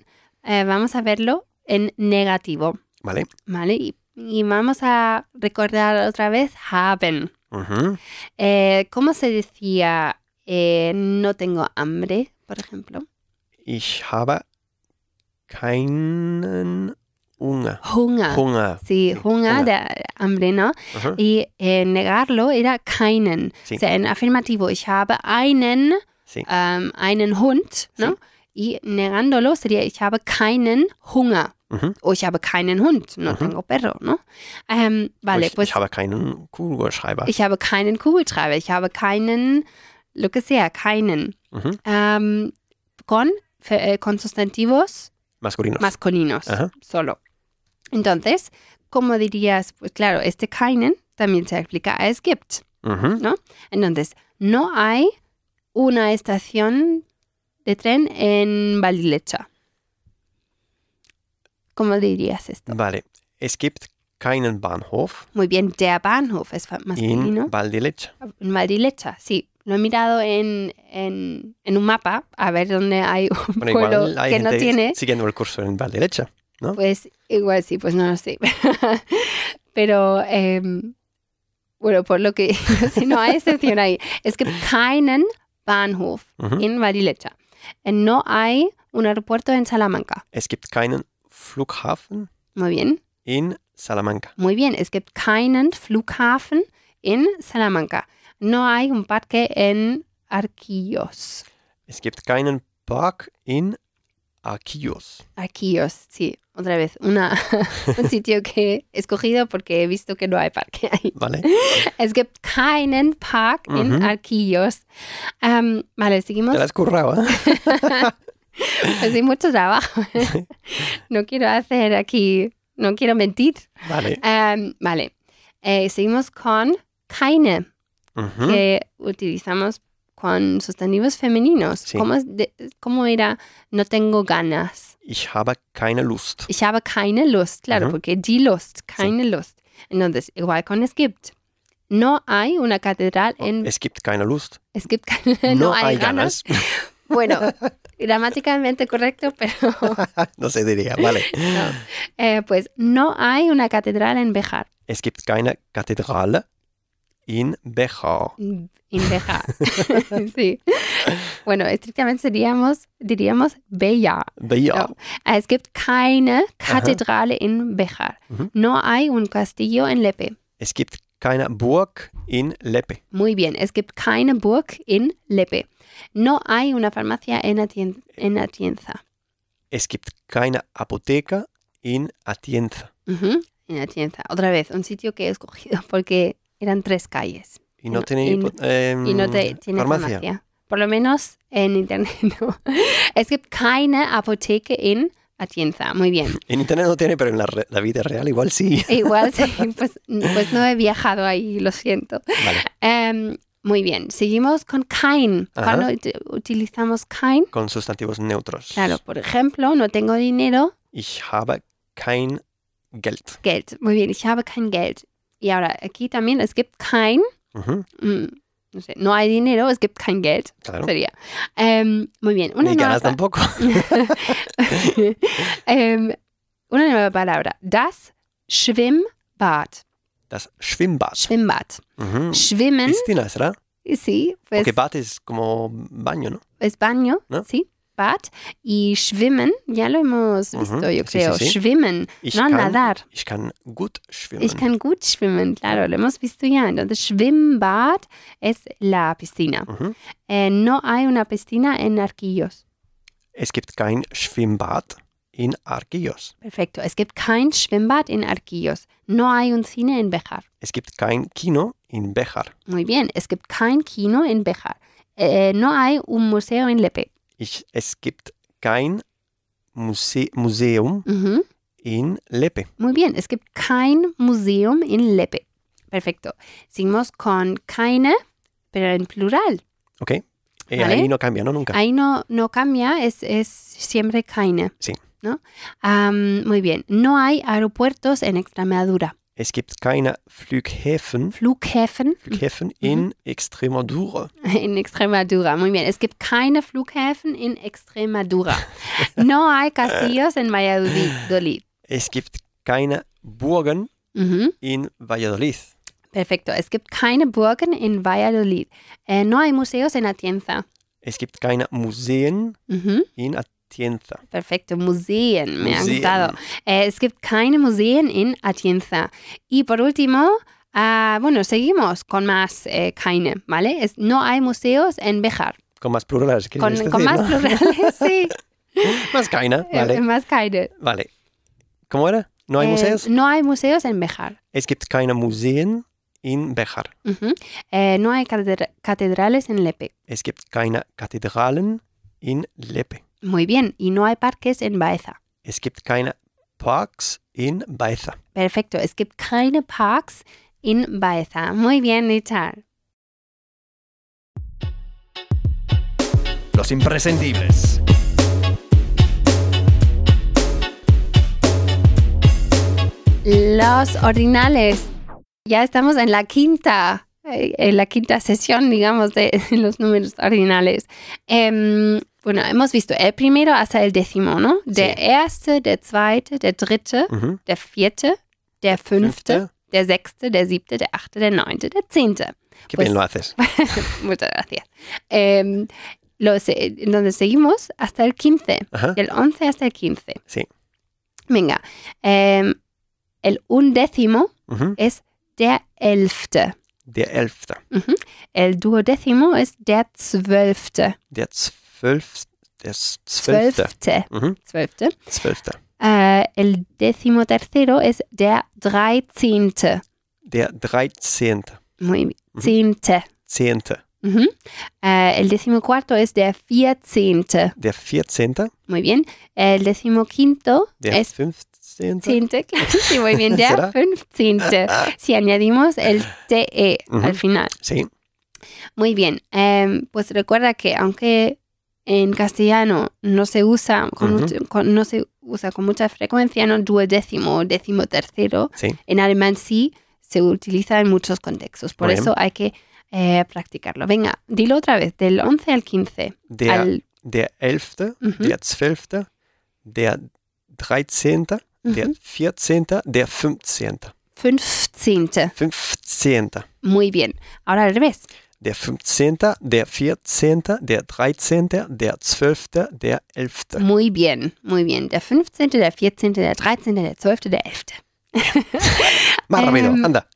Speaker 1: eh, vamos a verlo en negativo,
Speaker 2: Vale.
Speaker 1: ¿vale? Y, y vamos a recordar otra vez haben.
Speaker 2: Mhm.
Speaker 1: Eh, ¿Cómo se decía eh, no tengo hambre, por ejemplo?
Speaker 2: Ich habe keinen Hunger.
Speaker 1: Hunger.
Speaker 2: Hunger. Mhm.
Speaker 1: Sí,
Speaker 2: Sí,
Speaker 1: Hunger,
Speaker 2: Hunger.
Speaker 1: de hambre, ¿no?
Speaker 2: Aha.
Speaker 1: Y eh, negarlo era keinen.
Speaker 2: Sí.
Speaker 1: O sea, en afirmativo, ich habe einen,
Speaker 2: Sí.
Speaker 1: ähm, einen Hund, ¿no? Y negándolo sería, ich habe keinen Hunger.
Speaker 2: Mhm.
Speaker 1: O ich habe keinen Hund, no
Speaker 2: Ujú.
Speaker 1: tengo perro, ¿no? Ähm, vale,
Speaker 2: ich,
Speaker 1: pues
Speaker 2: ich habe keinen Kugelschreiber.
Speaker 1: ich habe keinen Kugelschreiber, ich habe keinen, lo que sea, keinen.
Speaker 2: Mhm.
Speaker 1: Ähm, con, fe- eh, con sustantivos
Speaker 2: Masculinos.
Speaker 1: masculinos
Speaker 2: Ajá.
Speaker 1: solo. Entonces, como dirías, pues claro, este keinen también se aplica a es gibt.
Speaker 2: mhm.
Speaker 1: Entonces, no hay una estación de tren en Balilecha. ¿Cómo dirías esto?
Speaker 2: Vale. Es gibt keinen Bahnhof
Speaker 1: Muy bien, der Bahnhof es fa-
Speaker 2: in
Speaker 1: masculino.
Speaker 2: Valdelecce.
Speaker 1: En Balilecha, sí. Lo he mirado en, en, en un mapa a ver dónde hay un
Speaker 2: Bueno,
Speaker 1: pueblo
Speaker 2: igual hay
Speaker 1: que no
Speaker 2: gente
Speaker 1: tiene.
Speaker 2: siguiendo el curso en Valdelecce. ¿no?
Speaker 1: Pues igual sí, pues no lo sé. Pero em, bueno, por lo que yo sé, no hay excepción ahí. Es que keinen Bahnhof
Speaker 2: Mhm.
Speaker 1: en Barilecha. No hay un aeropuerto en Salamanca.
Speaker 2: Es gibt keinen Flughafen
Speaker 1: Muy bien,
Speaker 2: in Salamanca.
Speaker 1: muy bien. Es gibt keinen Flughafen en Salamanca. No hay un parque en Arquillos.
Speaker 2: Es gibt keinen Park in Arquillos.
Speaker 1: Arquillos, sí, otra vez. Una, un sitio que he escogido porque he visto que no hay parque ahí.
Speaker 2: Vale.
Speaker 1: Es gibt keinen Park in
Speaker 2: Mhm.
Speaker 1: Arquillos. Ähm, vale, seguimos.
Speaker 2: Te la has currado, ¿eh?
Speaker 1: Pues hay mucho trabajo. no quiero hacer aquí, no quiero mentir.
Speaker 2: Vale.
Speaker 1: Ähm, vale, eh, seguimos con keine,
Speaker 2: Mhm.
Speaker 1: que utilizamos con sustantivos femeninos.
Speaker 2: Sí.
Speaker 1: ¿Cómo, es de- cómo era? No tengo ganas.
Speaker 2: Ich habe keine Lust.
Speaker 1: Ich habe keine Lust, claro,
Speaker 2: Ujú.
Speaker 1: porque die Lust, keine Lust. Entonces, igual con es gibt. No hay una catedral en...
Speaker 2: Es gibt keine Lust.
Speaker 1: es gibt keine...
Speaker 2: No, hay ganas.
Speaker 1: Bueno, gramáticamente correcto, pero
Speaker 2: no se diría, vale.
Speaker 1: no. Eh, pues no hay una catedral en Bejar.
Speaker 2: Es gibt keine Kathedrale in Bechau.
Speaker 1: En Bejar. sí. Bueno, estrictamente seríamos, diríamos Bella. Ah,
Speaker 2: Bechau.
Speaker 1: Es gibt keine Kathedrale en Bejar.
Speaker 2: Ujú.
Speaker 1: No hay un castillo en Lepe.
Speaker 2: Es gibt keine Burg in Lepe.
Speaker 1: Muy bien, es gibt keine Burg in Lepe. No hay una farmacia en, Atien- en Atienza.
Speaker 2: Es gibt keine Apotheke in Atienza.
Speaker 1: Ujú, En Atienza. Otra vez, un sitio que he escogido porque eran tres calles
Speaker 2: Y no,
Speaker 1: No,
Speaker 2: tiene
Speaker 1: y no-
Speaker 2: hipo- em,
Speaker 1: y no te, tiene farmacia.
Speaker 2: farmacia.
Speaker 1: Por lo menos en internet no. Es gibt keine Apotheke en Atienza. Muy bien.
Speaker 2: En internet no tiene, pero en la, re- la vida real igual sí.
Speaker 1: Igual, sí, pues, pues no he viajado ahí, lo siento.
Speaker 2: Vale.
Speaker 1: Em, muy bien, seguimos con kein.
Speaker 2: Ajá.
Speaker 1: Cuando ut- utilizamos kein,
Speaker 2: Con sustantivos neutros.
Speaker 1: claro, por ejemplo, no tengo dinero,
Speaker 2: Ich habe kein Geld.
Speaker 1: Geld. Muy bien, ich habe kein Geld. Y ahora aquí también es gibt kein,
Speaker 2: Ujú,
Speaker 1: mm, no sé, no hay dinero, es gibt kein Geld,
Speaker 2: claro.
Speaker 1: sería. Em, muy bien, una
Speaker 2: Ni
Speaker 1: nueva,
Speaker 2: ganas
Speaker 1: pa-
Speaker 2: tampoco.
Speaker 1: Em, una nueva palabra, das Schwimmbad.
Speaker 2: Das Schwimmbad.
Speaker 1: Schwimmbad.
Speaker 2: Ujú.
Speaker 1: Schwimmen,
Speaker 2: Piscina, ¿será?
Speaker 1: sí, pues
Speaker 2: Porque Bad es como baño, ¿no?
Speaker 1: es baño,
Speaker 2: ¿No?
Speaker 1: sí, Bad. Y schwimmen, ya lo hemos
Speaker 2: Ujú,
Speaker 1: visto,
Speaker 2: sí,
Speaker 1: yo creo.
Speaker 2: sí, sí.
Speaker 1: oh, Schwimmen,
Speaker 2: Ich
Speaker 1: no
Speaker 2: kann,
Speaker 1: nadar.
Speaker 2: Ich kann gut schwimmen.
Speaker 1: Ich kann gut schwimmen, claro, lo hemos visto ya. Entonces, Schwimmbad es la piscina.
Speaker 2: Ujú.
Speaker 1: Eh, no hay una piscina en Arquillos.
Speaker 2: Es gibt kein Schwimmbad in Arquillos.
Speaker 1: Perfecto. Es gibt kein Schwimmbad en Arquillos. No hay un cine en Bejar.
Speaker 2: Es gibt kein Kino in Bejar.
Speaker 1: Muy bien. Es gibt kein Kino en Bejar. Eh, no hay un museo en Lepe.
Speaker 2: Ich, es gibt kein Muse Museum
Speaker 1: Ujú.
Speaker 2: in Lepe.
Speaker 1: Muy bien. Es gibt kein Museum en Lepe. Perfecto. Seguimos con keine, pero en plural.
Speaker 2: Eh,
Speaker 1: Vale.
Speaker 2: Ahí no cambia, ¿no? Nunca.
Speaker 1: Ahí no, no cambia, es, es siempre keine.
Speaker 2: Sí.
Speaker 1: ¿no? Am, muy bien. No hay aeropuertos en Extremadura.
Speaker 2: Es gibt keine Flughäfen,
Speaker 1: Flughäfen
Speaker 2: Flughäfen in Extremadura.
Speaker 1: en Extremadura. Muy bien. Es gibt keine Flughäfen in Extremadura. No hay castillos en Valladolid.
Speaker 2: Es gibt keine Burgen
Speaker 1: Ujú.
Speaker 2: in Valladolid.
Speaker 1: Perfecto. Es gibt keine Burgen en Valladolid. Eh, no hay museos en Atienza.
Speaker 2: Es gibt keine Museen
Speaker 1: Ujú.
Speaker 2: in Atienza.
Speaker 1: Perfecto. Museen. Me ha
Speaker 2: Museen.
Speaker 1: gustado. Eh, es gibt keine Museen en Atienza. Y por último, ah, bueno, seguimos con más eh, keine, ¿vale? Es, no hay museos en Bejar.
Speaker 2: Con más plurales. ¿qué
Speaker 1: Con,
Speaker 2: quieres
Speaker 1: con
Speaker 2: decir,
Speaker 1: más plurales, sí.
Speaker 2: ¿no? Más keine,
Speaker 1: Eh,
Speaker 2: vale.
Speaker 1: Más keine.
Speaker 2: Vale. ¿Cómo era? ¿No hay
Speaker 1: Eh,
Speaker 2: museos?
Speaker 1: No hay museos en Bejar.
Speaker 2: Es gibt keine Museen in Bejar.
Speaker 1: Ujú. Eh, no hay catedra- catedrales en Lepe.
Speaker 2: Es gibt keine Kathedralen in Lepe.
Speaker 1: Muy bien. Y no hay parques en Baeza.
Speaker 2: Es gibt keine Parks in Baeza.
Speaker 1: Perfecto. Es gibt keine Parks in Baeza. Muy bien, Richard.
Speaker 2: Los imprescindibles.
Speaker 1: Los ordinales. Ya estamos en la quinta, eh, en la quinta sesión, digamos, de los números ordinales. Em, bueno, hemos visto el primero hasta el décimo, ¿no? Der
Speaker 2: Sí.
Speaker 1: erste, der zweite, der dritte,
Speaker 2: Mhm.
Speaker 1: der vierte, der fünfte,
Speaker 2: Eh,
Speaker 1: der sechste, der siebte, der achte, der neunte, der zehnte.
Speaker 2: Qué
Speaker 1: Pues-
Speaker 2: bien lo haces.
Speaker 1: Muchas gracias. Eh, los, eh, donde seguimos hasta el 15,
Speaker 2: Ajá.
Speaker 1: del 11 hasta el 15.
Speaker 2: Sí.
Speaker 1: Venga, eh, el undécimo
Speaker 2: Mhm.
Speaker 1: es der elfte,
Speaker 2: Der Elfte.
Speaker 1: el duodécimo es der zwölfte,
Speaker 2: Der Zwölf, der S- Zwölfte.
Speaker 1: zwölfte,
Speaker 2: Mhm.
Speaker 1: zwölfte.
Speaker 2: Zwölfte.
Speaker 1: Eh, el décimo tercero es der dreizehnte,
Speaker 2: Der Dreizehnte.
Speaker 1: muy bien, zehnte.
Speaker 2: Zehnte.
Speaker 1: Ujú. Eh, el décimo cuarto es der vierzehnte,
Speaker 2: Der Vierzehnte.
Speaker 1: muy bien. El décimo quinto
Speaker 2: Der
Speaker 1: es
Speaker 2: Fünfzehnte.
Speaker 1: 15, claro, sí, muy bien,
Speaker 2: ¿Será?
Speaker 1: ya
Speaker 2: Ah.
Speaker 1: 15. Si añadimos el TE e,
Speaker 2: Ujú.
Speaker 1: al final.
Speaker 2: Sí.
Speaker 1: Muy bien, em, pues recuerda que aunque en castellano no se usa con,
Speaker 2: Ujú.
Speaker 1: mucho- con- no se usa con mucha frecuencia, no duodécimo o décimo tercero,
Speaker 2: Sí.
Speaker 1: en alemán sí se utiliza en muchos contextos, por
Speaker 2: Muy bien.
Speaker 1: eso hay que eh, practicarlo. Venga, dilo otra vez, del 11 al 15.
Speaker 2: Der,
Speaker 1: al,
Speaker 2: der Elfte.
Speaker 1: ujú,
Speaker 2: Der Zwölfte. Der Dreizehnte. Der
Speaker 1: ujú,
Speaker 2: Vierzehnte. Der Fünfzehnte.
Speaker 1: 15.
Speaker 2: Fünfzehnte.
Speaker 1: Muy bien, ahora al revés.
Speaker 2: Der 15., der 14., der 13., der 12., der 11.
Speaker 1: Muy bien, muy bien. Der 15., der 14., der 13., der 12., der 11.
Speaker 2: Más rápido,
Speaker 1: Em,
Speaker 2: anda.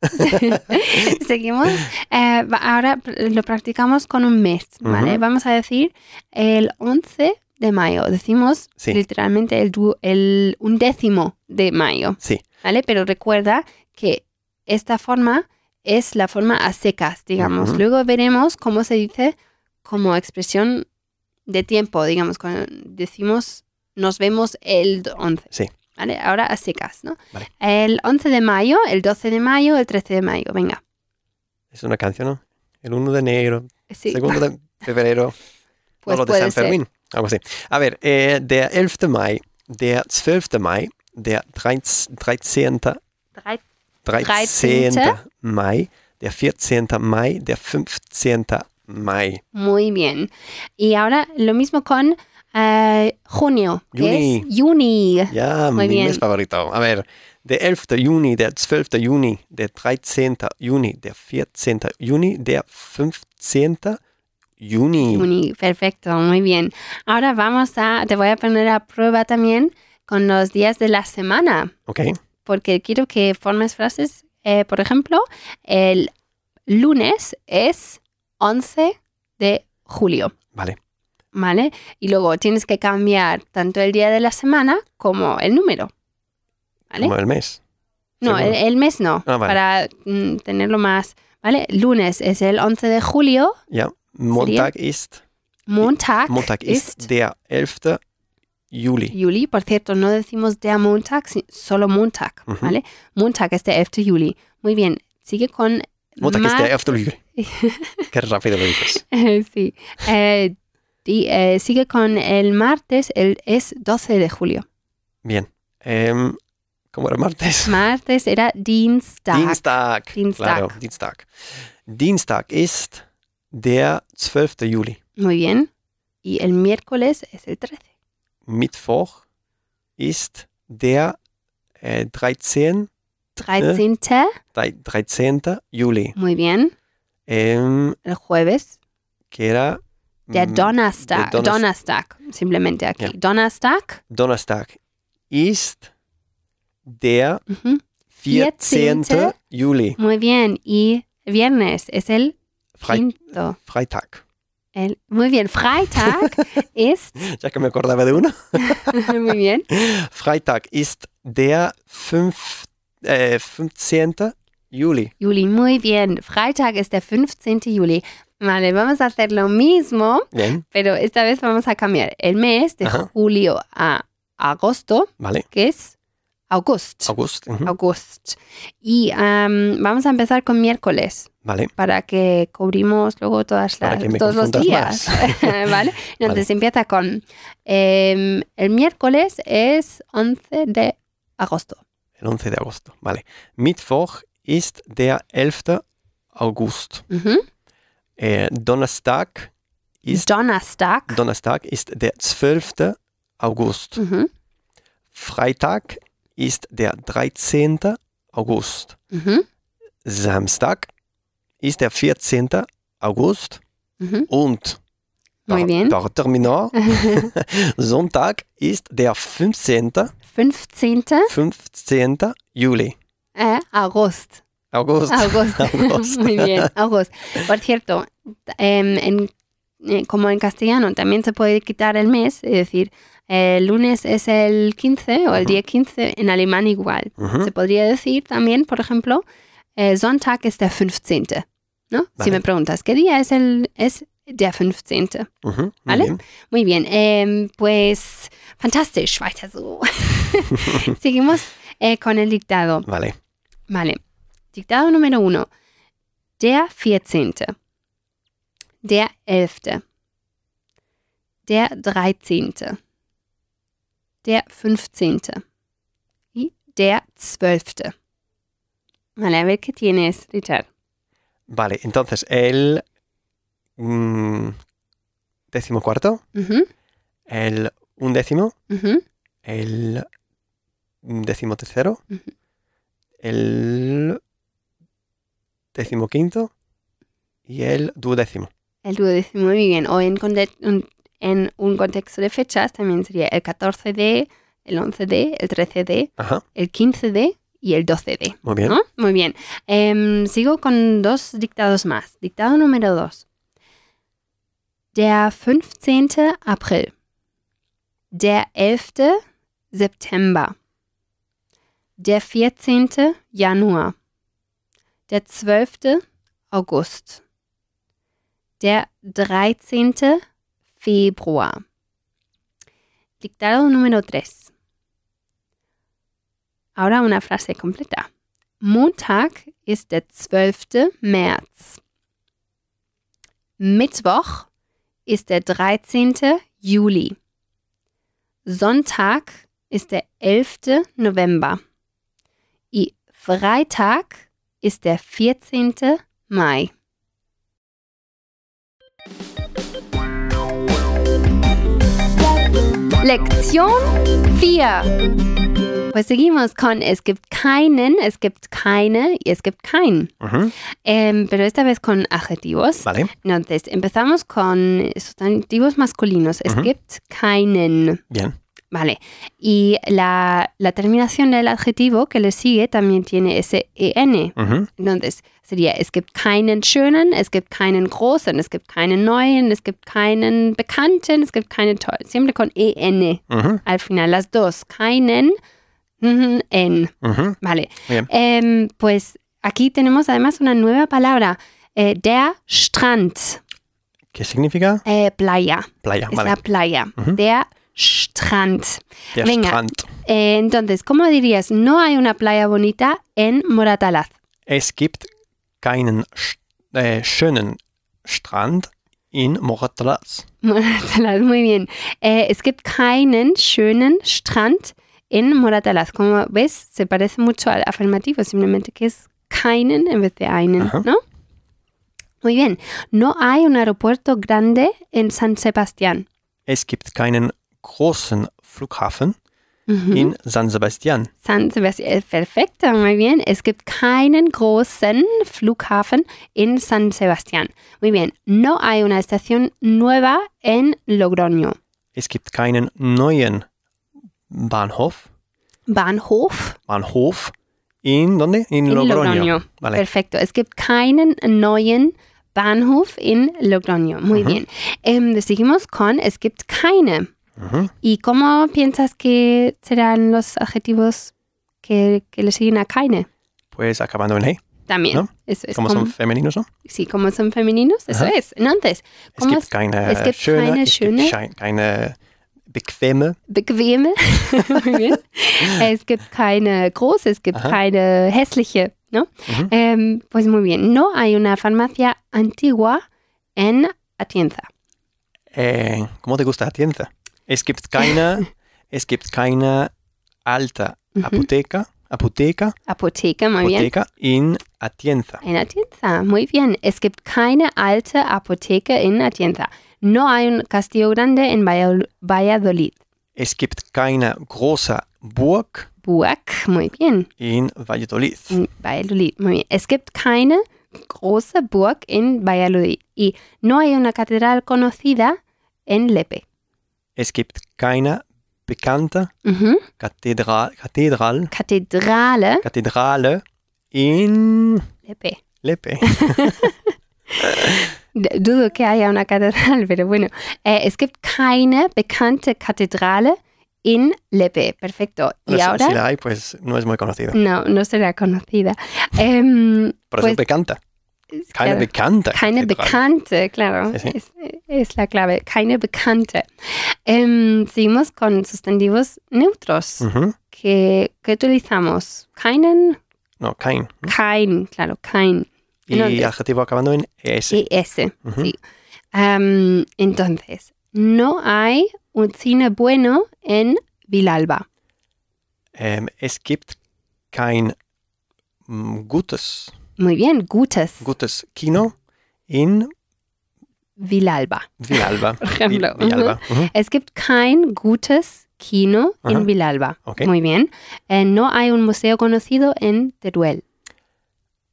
Speaker 1: Seguimos. Eh, va- ahora pr- lo practicamos con un mes, ¿vale?
Speaker 2: Ujú.
Speaker 1: Vamos a decir el 11 de mayo. Decimos
Speaker 2: Sí.
Speaker 1: literalmente el, du- el undécimo de mayo,
Speaker 2: Sí,
Speaker 1: ¿vale? Pero recuerda que esta forma es la forma a secas, digamos.
Speaker 2: Ujú.
Speaker 1: Luego veremos cómo se dice como expresión de tiempo, digamos. Cuando decimos nos vemos el 11.
Speaker 2: Sí.
Speaker 1: ¿Vale? Ahora a secas, ¿no?
Speaker 2: Vale.
Speaker 1: El 11 de mayo, el 12 de mayo, el 13 de mayo. Venga.
Speaker 2: es una canción, ¿no? El 1 de enero,
Speaker 1: Sí,
Speaker 2: segundo de febrero,
Speaker 1: pues
Speaker 2: todo lo de
Speaker 1: puede
Speaker 2: San
Speaker 1: ser.
Speaker 2: Fermín. Algo así. A ver, eh, der 11. Mai, der 12. Mai, der 13. 13.
Speaker 1: Drei-
Speaker 2: 13.
Speaker 1: 13.
Speaker 2: Mai, der 14. Mai, der 15. Mai.
Speaker 1: Muy bien. Y ahora lo mismo con eh, junio, que
Speaker 2: Juni.
Speaker 1: es Juni.
Speaker 2: Ja,
Speaker 1: Muy
Speaker 2: mi
Speaker 1: bien.
Speaker 2: mes favorito. A ver, der 11. Juni, der 12. Juni, der 13. Juni, der 14. Juni, der 15. Juni.
Speaker 1: Juni, perfecto, muy bien. Ahora vamos a, te voy a poner a prueba también con los días de la semana,
Speaker 2: Okay,
Speaker 1: porque quiero que formes frases. Eh, por ejemplo, el lunes es 11 de julio,
Speaker 2: vale.
Speaker 1: ¿vale? Y luego tienes que cambiar tanto el día de la semana como el número. ¿Vale?
Speaker 2: Como el mes.
Speaker 1: No,
Speaker 2: Seguro.
Speaker 1: el, el mes no,
Speaker 2: Ah, vale.
Speaker 1: para mm, tenerlo más, ¿vale? Lunes es el 11 de julio,
Speaker 2: Ja, Montag ist,
Speaker 1: Montag,
Speaker 2: Montag ist, der 11. Juli.
Speaker 1: Juli. Por cierto, no decimos der Montag, si- solo Montag,
Speaker 2: Ujú.
Speaker 1: ¿vale? Montag es der 11 Juli. Muy bien, sigue con
Speaker 2: Montag ist
Speaker 1: Mar-
Speaker 2: der 11. Juli. Qué rápido lo dices.
Speaker 1: sí. Eh, di- eh, sigue con el martes, el, es 12 de julio.
Speaker 2: Bien. Ähm, ¿Cómo era martes?
Speaker 1: Martes era Dienstag.
Speaker 2: Dienstag.
Speaker 1: Dienstag.
Speaker 2: Claro, Dienstag. Dienstag ist der 12. Juli.
Speaker 1: Muy bien. Y el miércoles es el 13.
Speaker 2: Eh. Mittwoch ist der äh, 13.
Speaker 1: 13.
Speaker 2: 13. Juli.
Speaker 1: Muy bien.
Speaker 2: Ähm,
Speaker 1: El jueves
Speaker 2: que era
Speaker 1: Der
Speaker 2: mm,
Speaker 1: Donnerstag.
Speaker 2: der Donnerst-
Speaker 1: Donnerstag. Simplemente aquí.
Speaker 2: Ja.
Speaker 1: Donnerstag.
Speaker 2: Donnerstag ist der
Speaker 1: ujú,
Speaker 2: 14.
Speaker 1: 14.
Speaker 2: Juli.
Speaker 1: Muy bien. Y viernes es el
Speaker 2: Frei-
Speaker 1: quinto.
Speaker 2: Freitag.
Speaker 1: El- muy bien. Freitag ist.
Speaker 2: Ya que me acordaba de uno.
Speaker 1: Muy bien.
Speaker 2: Freitag ist der 5, äh, 15. Juli.
Speaker 1: Juli. Muy bien. Freitag es der 15. Juli. Vale, vamos a hacer lo mismo,
Speaker 2: Bien,
Speaker 1: pero esta vez vamos a cambiar el mes de
Speaker 2: Ajá.
Speaker 1: julio a agosto,
Speaker 2: vale.
Speaker 1: que es August.
Speaker 2: August. Mhm.
Speaker 1: August. Y am, vamos a empezar con miércoles.
Speaker 2: Vale.
Speaker 1: para que cubrimos luego todas
Speaker 2: Para
Speaker 1: las-
Speaker 2: que me
Speaker 1: todos los
Speaker 2: confundas
Speaker 1: días. ¿Vale? Entonces empieza con em, el miércoles es 11 de agosto.
Speaker 2: El 11 de agosto. Vale. Mittwoch ist der 11. August.
Speaker 1: Ujú.
Speaker 2: Äh, Donnerstag, Ist-
Speaker 1: Donnerstag.
Speaker 2: Donnerstag ist der 12. August.
Speaker 1: Ujú,
Speaker 2: Freitag ist der 13. August.
Speaker 1: ujú,
Speaker 2: Samstag ist der 14. August.
Speaker 1: ujú.
Speaker 2: Und
Speaker 1: mhm. Muy
Speaker 2: par,
Speaker 1: bien.
Speaker 2: par Terminal, Sonntag ist der 15.
Speaker 1: 15
Speaker 2: 15. Juli.
Speaker 1: eh, agosto.
Speaker 2: August.
Speaker 1: Agosto.
Speaker 2: Agosto.
Speaker 1: Muy bien, agosto. Por cierto, em, en- eh, como en castellano también se puede quitar el mes, es decir, el lunes es el 15 o el
Speaker 2: Ujú.
Speaker 1: día 15, en alemán igual.
Speaker 2: Mhm.
Speaker 1: Se podría decir también, por ejemplo, eh, Sonntag es der 15. ¿no? Si
Speaker 2: Vale.
Speaker 1: me preguntas, ¿qué día es el es der 15?
Speaker 2: Mhm. Muy
Speaker 1: Vale.
Speaker 2: bien.
Speaker 1: Muy bien, em, pues fantastisch, weiter so. Seguimos eh, con el dictado.
Speaker 2: Vale.
Speaker 1: Vale. Dictado número uno. Der 14. Der 11. Der 13. Der 15. Y der 12. Vale, a ver qué este tienes, Richard.
Speaker 2: Vale, entonces el mm, decimocuarto,
Speaker 1: Ujú,
Speaker 2: el undécimo,
Speaker 1: ujú,
Speaker 2: el decimotercero,
Speaker 1: Ujú.
Speaker 2: el decimoquinto y el duodécimo.
Speaker 1: El duodécimo, muy bien. O en, conde- un- en un contexto de fechas también sería el 14 de, el 11 de, el 13 de,
Speaker 2: Ajá,
Speaker 1: el 15 de y el 12 de.
Speaker 2: Muy bien.
Speaker 1: ¿no? Muy bien. Em, sigo con dos dictados más. Dictado número 2. Der 15. April. Der 11. September. Der 14. Januar. Der 12. August. Der 13. Februar. Dictado número 3. Ahora una frase completa. Montag ist der 12. März. Mittwoch ist der 13. Juli. Sonntag ist der 11. November. Y Freitag ist der 14. Mai. Lektion 4. Pues seguimos con es gibt keinen, es gibt keine y es gibt keinen.
Speaker 2: Ujú,
Speaker 1: Em, pero esta vez con adjetivos.
Speaker 2: Vale.
Speaker 1: Entonces, empezamos con sustantivos masculinos. Es
Speaker 2: Ujú.
Speaker 1: gibt keinen.
Speaker 2: Bien.
Speaker 1: Vale. Y la, la terminación del adjetivo que le sigue también tiene ese en.
Speaker 2: ujú,
Speaker 1: Entonces, sería, es gibt keinen schönen, es gibt keinen großen, es gibt keinen neuen, es gibt keinen bekannten, es gibt keinen tollen. Siempre con en
Speaker 2: ujú,
Speaker 1: al final, las dos. Keinen, mm, en.
Speaker 2: ujú.
Speaker 1: Vale.
Speaker 2: Bien.
Speaker 1: Em, pues aquí tenemos además una nueva palabra. eh, der Strand,
Speaker 2: ¿Qué significa?
Speaker 1: eh, playa.
Speaker 2: Playa.
Speaker 1: Es la
Speaker 2: vale.
Speaker 1: playa.
Speaker 2: Ujú.
Speaker 1: Der Strand.
Speaker 2: Der
Speaker 1: venga.
Speaker 2: Strand.
Speaker 1: Eh, entonces, ¿cómo dirías? No hay una playa bonita en Moratalaz.
Speaker 2: Es gibt keinen sch- äh, schönen Strand in Moratalaz.
Speaker 1: Moratalaz, muy bien. Eh, es gibt keinen schönen Strand en Moratalaz. Como ves, se parece mucho al afirmativo, simplemente que es keinen en vez de einen,
Speaker 2: Ajá.
Speaker 1: ¿no? Muy bien. No hay un aeropuerto grande en San Sebastián.
Speaker 2: Es gibt keinen großen Flughafen
Speaker 1: Ujú.
Speaker 2: in San Sebastian.
Speaker 1: San Sebastián, eh, perfecto, muy bien. Es gibt keinen großen Flughafen en San Sebastián. Muy bien. No hay una estación nueva en Logroño.
Speaker 2: Es gibt keinen neuen Bahnhof,
Speaker 1: Bahnhof
Speaker 2: Bahnhof in, ¿dónde? In,
Speaker 1: en
Speaker 2: Logroño.
Speaker 1: Logroño.
Speaker 2: Vale.
Speaker 1: Perfecto. Es gibt keinen neuen Bahnhof en Logroño. Muy
Speaker 2: Ujú.
Speaker 1: bien. Em, seguimos con es gibt keine.
Speaker 2: Ujú.
Speaker 1: ¿Y cómo piensas que serán los adjetivos que, que le siguen a keine?
Speaker 2: Pues acabando en E,
Speaker 1: También.
Speaker 2: ¿No?
Speaker 1: Eso es
Speaker 2: como
Speaker 1: como-
Speaker 2: son femeninos, ¿no?
Speaker 1: Sí, como son femeninos, eso
Speaker 2: Ajá.
Speaker 1: es. Entonces,
Speaker 2: Es
Speaker 1: ¿cómo
Speaker 2: gibt
Speaker 1: es
Speaker 2: keine
Speaker 1: es gibt
Speaker 2: schöne,
Speaker 1: keine
Speaker 2: es gibt
Speaker 1: schöne-
Speaker 2: schei- keine bequeme,
Speaker 1: bequeme? Muy bien. es gibt keine große, es gibt
Speaker 2: Ajá.
Speaker 1: keine hässliche, ¿no?
Speaker 2: Ujú.
Speaker 1: Em, pues muy bien. No hay una farmacia antigua en Atienza.
Speaker 2: eh, ¿cómo te gusta Atienza? Es gibt keine, es gibt keine alte
Speaker 1: Ujú.
Speaker 2: Apotheca, Apotheca,
Speaker 1: Apoteca, muy bien.
Speaker 2: Apotheca in Atienza.
Speaker 1: En Atienza, muy bien. Es gibt keine alte Apotheke en Atienza. No hay un castillo grande en Vallal- Valladolid.
Speaker 2: Es gibt keine große Burg
Speaker 1: Buac, muy bien.
Speaker 2: in Valladolid.
Speaker 1: En Valladolid, muy bien. Es gibt keine große Burg en Valladolid. Y no hay una catedral conocida en Lepe.
Speaker 2: Es gibt keine bekannte
Speaker 1: Ujú.
Speaker 2: Kathedral, Kathedral,
Speaker 1: Kathedrale
Speaker 2: Kathedrale in
Speaker 1: Lepe.
Speaker 2: Lepe.
Speaker 1: D- Dudo que haya una catedral, pero bueno. Eh, es gibt keine bekannte Kathedrale en Lepe. Perfecto. Y
Speaker 2: No sé,
Speaker 1: ahora
Speaker 2: Si la hay, pues no es muy conocida.
Speaker 1: no, no será conocida. Em,
Speaker 2: Por eso
Speaker 1: Pues-
Speaker 2: es bekannte.
Speaker 1: es-
Speaker 2: Keine
Speaker 1: claro.
Speaker 2: bekannte.
Speaker 1: Keine
Speaker 2: Kathedral.
Speaker 1: bekannte, eh, claro.
Speaker 2: Sí, sí.
Speaker 1: Es, es la clave. Keine bekannte. Em, seguimos con sustantivos neutros
Speaker 2: Mhm.
Speaker 1: que, que utilizamos. Keinen,
Speaker 2: No, kein.
Speaker 1: kein, claro, kein.
Speaker 2: Y
Speaker 1: No, es-
Speaker 2: adjetivo acabando en es.
Speaker 1: ES.
Speaker 2: Ujú.
Speaker 1: sí. Am, entonces, no hay un cine bueno en Vilalba.
Speaker 2: Ähm, es gibt kein mm, gutes,
Speaker 1: Muy bien, gutes.
Speaker 2: gutes Kino in
Speaker 1: Vilalba.
Speaker 2: Villalba.
Speaker 1: Por ejemplo.
Speaker 2: Vi- Villalba. Mhm.
Speaker 1: Es gibt kein gutes Kino en
Speaker 2: Ajá.
Speaker 1: Vilalba.
Speaker 2: Okay.
Speaker 1: Muy bien. Eh, no hay un museo conocido en Teruel.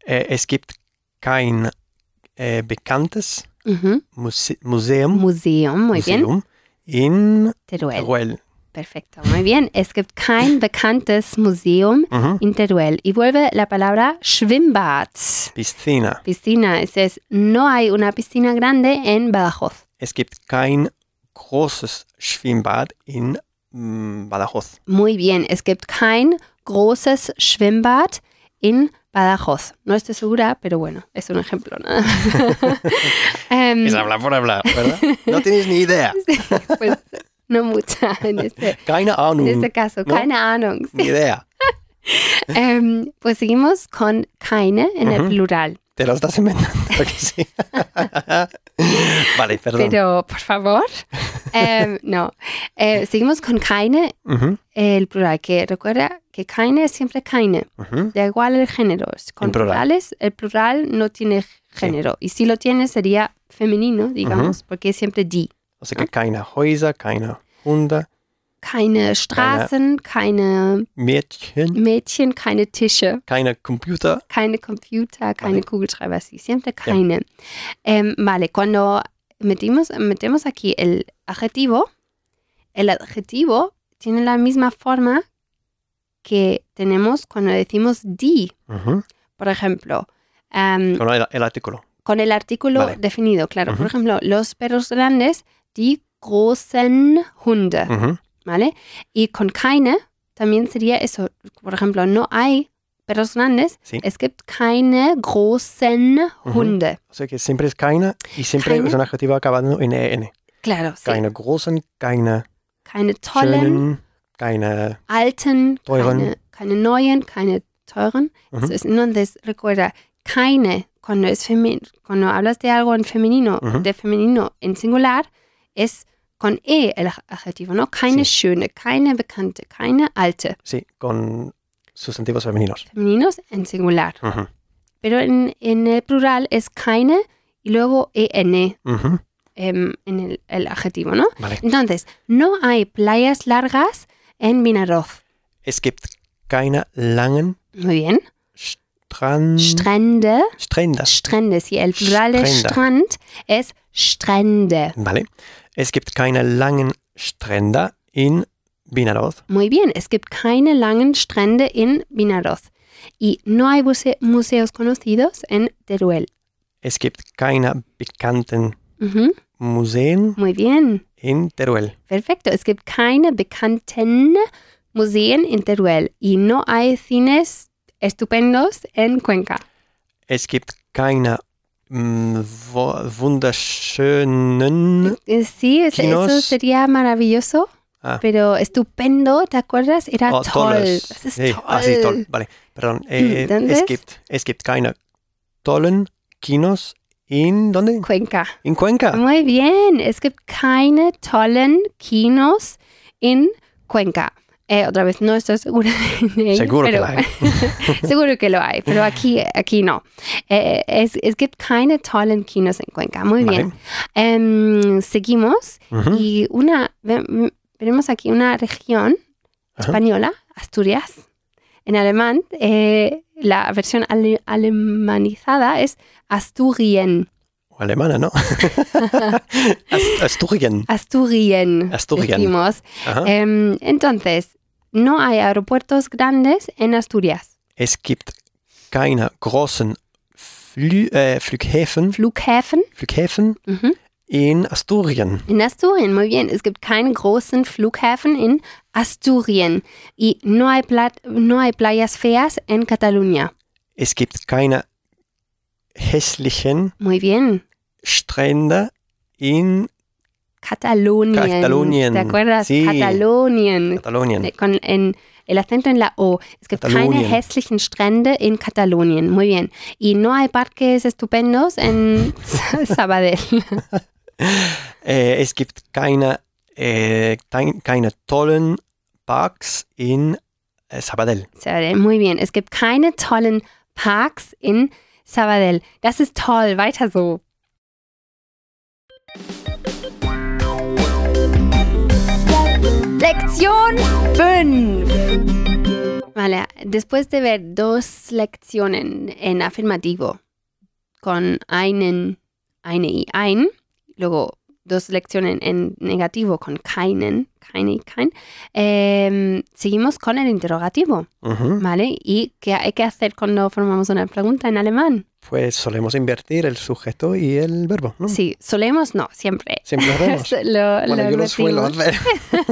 Speaker 2: Äh, es gibt kein äh, bekanntes
Speaker 1: Ujú.
Speaker 2: Muse Museum,
Speaker 1: Mm. Museum, muy bien.
Speaker 2: Museum in
Speaker 1: Teruel.
Speaker 2: Teruel.
Speaker 1: Perfecto, muy bien. Es gibt kein bekanntes Museum
Speaker 2: Mhm.
Speaker 1: in Teruel. Y vuelve la palabra Schwimmbad.
Speaker 2: Piscina.
Speaker 1: Piscina. Es, es, no hay una piscina grande en Badajoz.
Speaker 2: Es gibt kein großes Schwimmbad in mm, Badajoz.
Speaker 1: Muy bien. Es gibt kein großes Schwimmbad en Badajoz. No estoy segura, pero bueno, es un ejemplo. nada más. Em,
Speaker 2: Es hablar por hablar, ¿verdad? No tienes ni idea.
Speaker 1: sí, pues, no mucha en este,
Speaker 2: Keine
Speaker 1: en
Speaker 2: Ahnung.
Speaker 1: este caso.
Speaker 2: Mm, ¿no?
Speaker 1: Keine Ahnung.
Speaker 2: Ni idea.
Speaker 1: Em, pues seguimos con keine en el
Speaker 2: Ujú.
Speaker 1: plural.
Speaker 2: Te lo estás inventando. ¿a que sí? vale, perdón.
Speaker 1: Pero, por favor. Em, no. Eh, seguimos con keine,
Speaker 2: Mhm,
Speaker 1: el plural, que recuerda que keine es siempre keine,
Speaker 2: mhm.
Speaker 1: da igual el género. es Con
Speaker 2: En plural.
Speaker 1: plurales, el plural no tiene género. Y si lo tiene, sería femenino, digamos, porque es siempre die.
Speaker 2: O sea que
Speaker 1: Ah.
Speaker 2: keine Häuser, keine Hunde,
Speaker 1: Keine Straßen, keine
Speaker 2: Mädchen,
Speaker 1: Mädchen, keine Tische,
Speaker 2: keine Computer.
Speaker 1: keine Computer, keine
Speaker 2: Vale.
Speaker 1: Kugelschreiber, sí, siempre keine. Em, vale, cuando metimos, metemos aquí el adjetivo, el adjetivo tiene la misma forma que tenemos cuando decimos di,
Speaker 2: Mhm.
Speaker 1: por ejemplo. em,
Speaker 2: Con el, el artículo.
Speaker 1: con el artículo
Speaker 2: Vale.
Speaker 1: definido, claro. Por
Speaker 2: Ujú.
Speaker 1: ejemplo, los perros grandes, die großen Hunde,
Speaker 2: Mhm.
Speaker 1: ¿vale? Y con keine también sería eso. Por ejemplo, no hay perros grandes,
Speaker 2: Sí.
Speaker 1: es gibt keine großen
Speaker 2: Ujú.
Speaker 1: Hunde.
Speaker 2: O sea que siempre es keine y siempre
Speaker 1: Keine.
Speaker 2: es un adjetivo acabado en en.
Speaker 1: Claro, sí. Keine,
Speaker 2: Keine großen, keine
Speaker 1: tollen,
Speaker 2: schönen, keine.
Speaker 1: alten,
Speaker 2: Teuren.
Speaker 1: Keine, keine neuen, keine teuren.
Speaker 2: Ujú.
Speaker 1: Eso es, entonces, recuerda, keine, cuando, es femi- cuando hablas de algo en femenino,
Speaker 2: Ujú.
Speaker 1: de femenino en singular, es con E el aj- adjetivo, ¿no? Keine
Speaker 2: Sí.
Speaker 1: schöne, keine bekannte, keine alte.
Speaker 2: Sí, con sustantivos femeninos.
Speaker 1: Femeninos en singular.
Speaker 2: Ujú,
Speaker 1: Pero en, en el plural es keine y luego EN
Speaker 2: ujú.
Speaker 1: em, en el, el adjetivo, ¿no?
Speaker 2: Vale.
Speaker 1: Entonces, no hay playas largas en Vinaroz.
Speaker 2: Es gibt keine langen
Speaker 1: Muy bien.
Speaker 2: Strand.
Speaker 1: Strände.
Speaker 2: Stränder.
Speaker 1: Strände. Si el plural de
Speaker 2: Strände.
Speaker 1: Strand es Strände.
Speaker 2: Vale. Es gibt keine langen Stränder in Binaroz.
Speaker 1: Muy bien, es gibt keine langen Strände in Vinaroz. Y no hay buse- museos conocidos en Teruel.
Speaker 2: Es gibt keine bekannten
Speaker 1: Ujú,
Speaker 2: Museen
Speaker 1: Muy bien,
Speaker 2: in Teruel.
Speaker 1: perfecto. Es gibt keine bekannten Museen en Teruel. Y no hay cines estupendos en Cuenca.
Speaker 2: Es gibt keine mm, wo- wunderschönen.
Speaker 1: Eh, Sí, es- eso
Speaker 2: Kinos.
Speaker 1: sería maravilloso.
Speaker 2: Ah.
Speaker 1: Pero estupendo, ¿te acuerdas? Era
Speaker 2: Oh,
Speaker 1: toll.
Speaker 2: tolles.
Speaker 1: Das ist
Speaker 2: Nee,
Speaker 1: toll.
Speaker 2: Ah, sí, toll. Vale. Perdón. Eh,
Speaker 1: Hm, dann
Speaker 2: es,
Speaker 1: das?
Speaker 2: gibt, es gibt keine tollen Kinos in. ¿Dónde?
Speaker 1: Cuenca.
Speaker 2: In Cuenca.
Speaker 1: Ah, Muy bien, es gibt keine tollen Kinos en Cuenca. Eh, otra vez, no estoy segura de ello,
Speaker 2: Seguro que
Speaker 1: pero-
Speaker 2: la hay.
Speaker 1: seguro que lo hay, pero aquí, aquí no. Eh, es, es gibt keine tollen Kinos en Cuenca. Muy
Speaker 2: Vale. ¿Mm?
Speaker 1: bien. Em, seguimos
Speaker 2: Ujú.
Speaker 1: y una, ve- veremos aquí una región
Speaker 2: Ajá.
Speaker 1: española, Asturias. En alemán, eh, la versión ale- alemanizada es Asturien.
Speaker 2: O alemana, ¿no? Ast- Asturien.
Speaker 1: Asturien.
Speaker 2: Asturien. Ah.
Speaker 1: Decimos.
Speaker 2: Ajá.
Speaker 1: Em, entonces, no hay aeropuertos grandes en Asturias.
Speaker 2: Es gibt keine großen Flü äh, Flughäfen,
Speaker 1: Flughäfen.
Speaker 2: Flughäfen
Speaker 1: ujú,
Speaker 2: in Asturien.
Speaker 1: En Asturien, muy bien. Es gibt keine großen Flughäfen en Asturien. Y no hay, pla- no hay playas feas en Cataluña.
Speaker 2: Es gibt keine hässlichen
Speaker 1: Muy bien.
Speaker 2: Strände in
Speaker 1: Catalonien.
Speaker 2: Katalonien.
Speaker 1: ¿Te acuerdas?
Speaker 2: Sí.
Speaker 1: Catalonien.
Speaker 2: Katalonien.
Speaker 1: Con en- el acento en la O. Es gibt keine
Speaker 2: Katalonien.
Speaker 1: hässlichen Strände en Catalonien. Muy bien. Y no hay parques estupendos en Sabadell.
Speaker 2: Äh, es gibt keine, äh, tein- keine tollen Parks in äh, Sabadell.
Speaker 1: Sabadell, muy bien. Es gibt keine tollen Parks in Sabadell. Das ist toll, weiter so. Lección 5. Vale, después de ver dos lecciones en afirmativo con einen, eine y ein, luego dos lecciones en negativo con keinen, keine, kein, eh, seguimos con el interrogativo,
Speaker 2: Ujú.
Speaker 1: ¿vale? ¿Y qué hay que hacer cuando formamos una pregunta en alemán?
Speaker 2: Pues solemos invertir el sujeto y el verbo, ¿no?
Speaker 1: Sí, solemos, no, siempre.
Speaker 2: Siempre lo hacemos.
Speaker 1: Lo-
Speaker 2: Mm. Bueno,
Speaker 1: lo
Speaker 2: yo lo suelo
Speaker 1: metimos.
Speaker 2: hacer,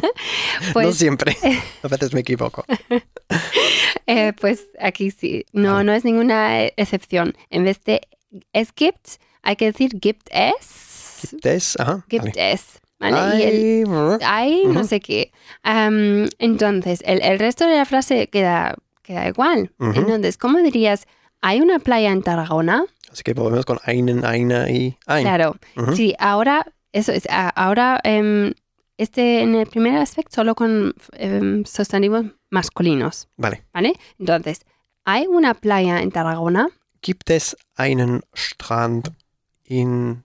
Speaker 2: no
Speaker 1: Pues,
Speaker 2: siempre. A veces me equivoco.
Speaker 1: eh, pues aquí sí, no,
Speaker 2: Vale.
Speaker 1: no es ninguna excepción. En vez de es gibt, hay que decir gibt es,
Speaker 2: Des, ajá.
Speaker 1: gibt
Speaker 2: vale.
Speaker 1: es, ¿vale? Y el-
Speaker 2: Ay, brr.
Speaker 1: hay no
Speaker 2: Ujú.
Speaker 1: sé qué. Am, entonces, el, el resto de la frase queda, queda igual.
Speaker 2: Ujú.
Speaker 1: Entonces, ¿cómo dirías? ¿Hay una playa en Tarragona?
Speaker 2: Así que volvemos con einen, einer y ein.
Speaker 1: Claro.
Speaker 2: Ujú.
Speaker 1: Sí, ahora, eso es, a- ahora, em, este, en el primer aspecto, solo con em, sustantivos masculinos,
Speaker 2: Vale.
Speaker 1: ¿vale? Entonces, ¿hay una playa en Tarragona?
Speaker 2: Gibt es einen Strand in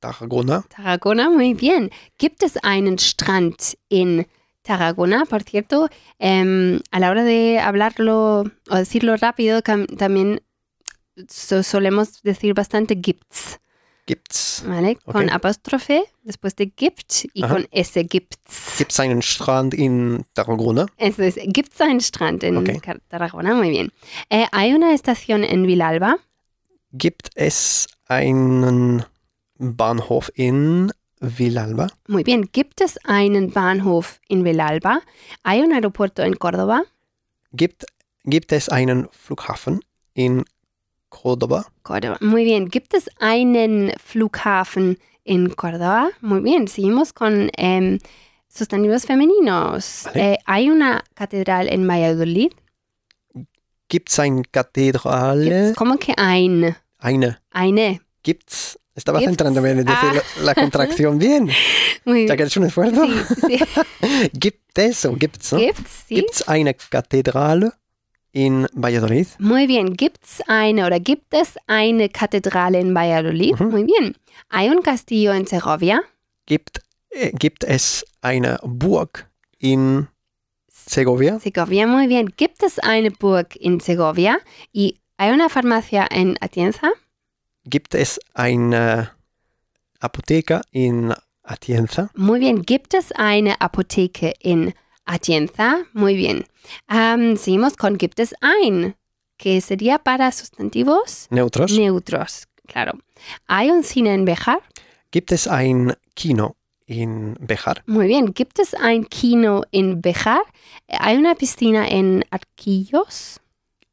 Speaker 2: Tarragona?
Speaker 1: Tarragona, muy bien. Gibt es einen Strand in Tarragona? Por cierto, em, a la hora de hablarlo o decirlo rápido, cam- también so- solemos decir bastante gibt's,
Speaker 2: Gibt's,
Speaker 1: ¿vale? Con
Speaker 2: Ok.
Speaker 1: apóstrofe después de gibt y
Speaker 2: Ajá.
Speaker 1: con ese gibt's.
Speaker 2: gibt's einen Strand in Tarragona?
Speaker 1: Eso es, gibt's einen Strand en
Speaker 2: Ok.
Speaker 1: Car- Tarragona, muy bien. Eh, hay una estación en Vilalba,
Speaker 2: Gibt es einen Bahnhof in Villalba?
Speaker 1: muy bien. Gibt es einen Bahnhof in Vilalba? Hay un aeropuerto en Córdoba.
Speaker 2: Gibt, gibt es einen Flughafen in Cordoba?
Speaker 1: Córdoba. Muy bien. ¿Gibt es einen Flughafen en Córdoba? Muy bien. Seguimos con em, sustantivos femeninos.
Speaker 2: Vale.
Speaker 1: Eh, hay una catedral en Valladolid.
Speaker 2: Gibt's ein Kathedrale?
Speaker 1: Gibt's como que ein?
Speaker 2: Eine.
Speaker 1: Eine.
Speaker 2: Gibt's. Estabas
Speaker 1: Gibt's.
Speaker 2: entrando en decir
Speaker 1: Ah.
Speaker 2: la, la contracción bien.
Speaker 1: Muy
Speaker 2: Ya que
Speaker 1: bien.
Speaker 2: es un esfuerzo.
Speaker 1: Sí, sí.
Speaker 2: Gibt es o gibt's? ¿no?
Speaker 1: Gibt's, sí.
Speaker 2: Gibt's eine Kathedrale in Valladolid?
Speaker 1: Muy bien. ¿Gibt's eine oder gibt es eine Kathedrale en Valladolid?
Speaker 2: Ujú.
Speaker 1: Muy bien. Hay un castillo en Segovia.
Speaker 2: Gibt, äh, gibt es eine Burg in Segovia?
Speaker 1: Segovia, muy bien. ¿Gibt es eine Burg en Segovia? Y hay una farmacia en Atienza.
Speaker 2: Gibt es eine Apotheke in Atienza?
Speaker 1: Muy bien, gibt es eine Apotheke in Atienza? Muy bien. Am, seguimos con gibt es ein, que sería para sustantivos
Speaker 2: Neutros?
Speaker 1: neutros, claro. Hay un cine en Bejar.
Speaker 2: Gibt es ein Kino in Bejar?
Speaker 1: Muy bien, gibt es ein Kino en Bejar? Hay una piscina en Arquillos.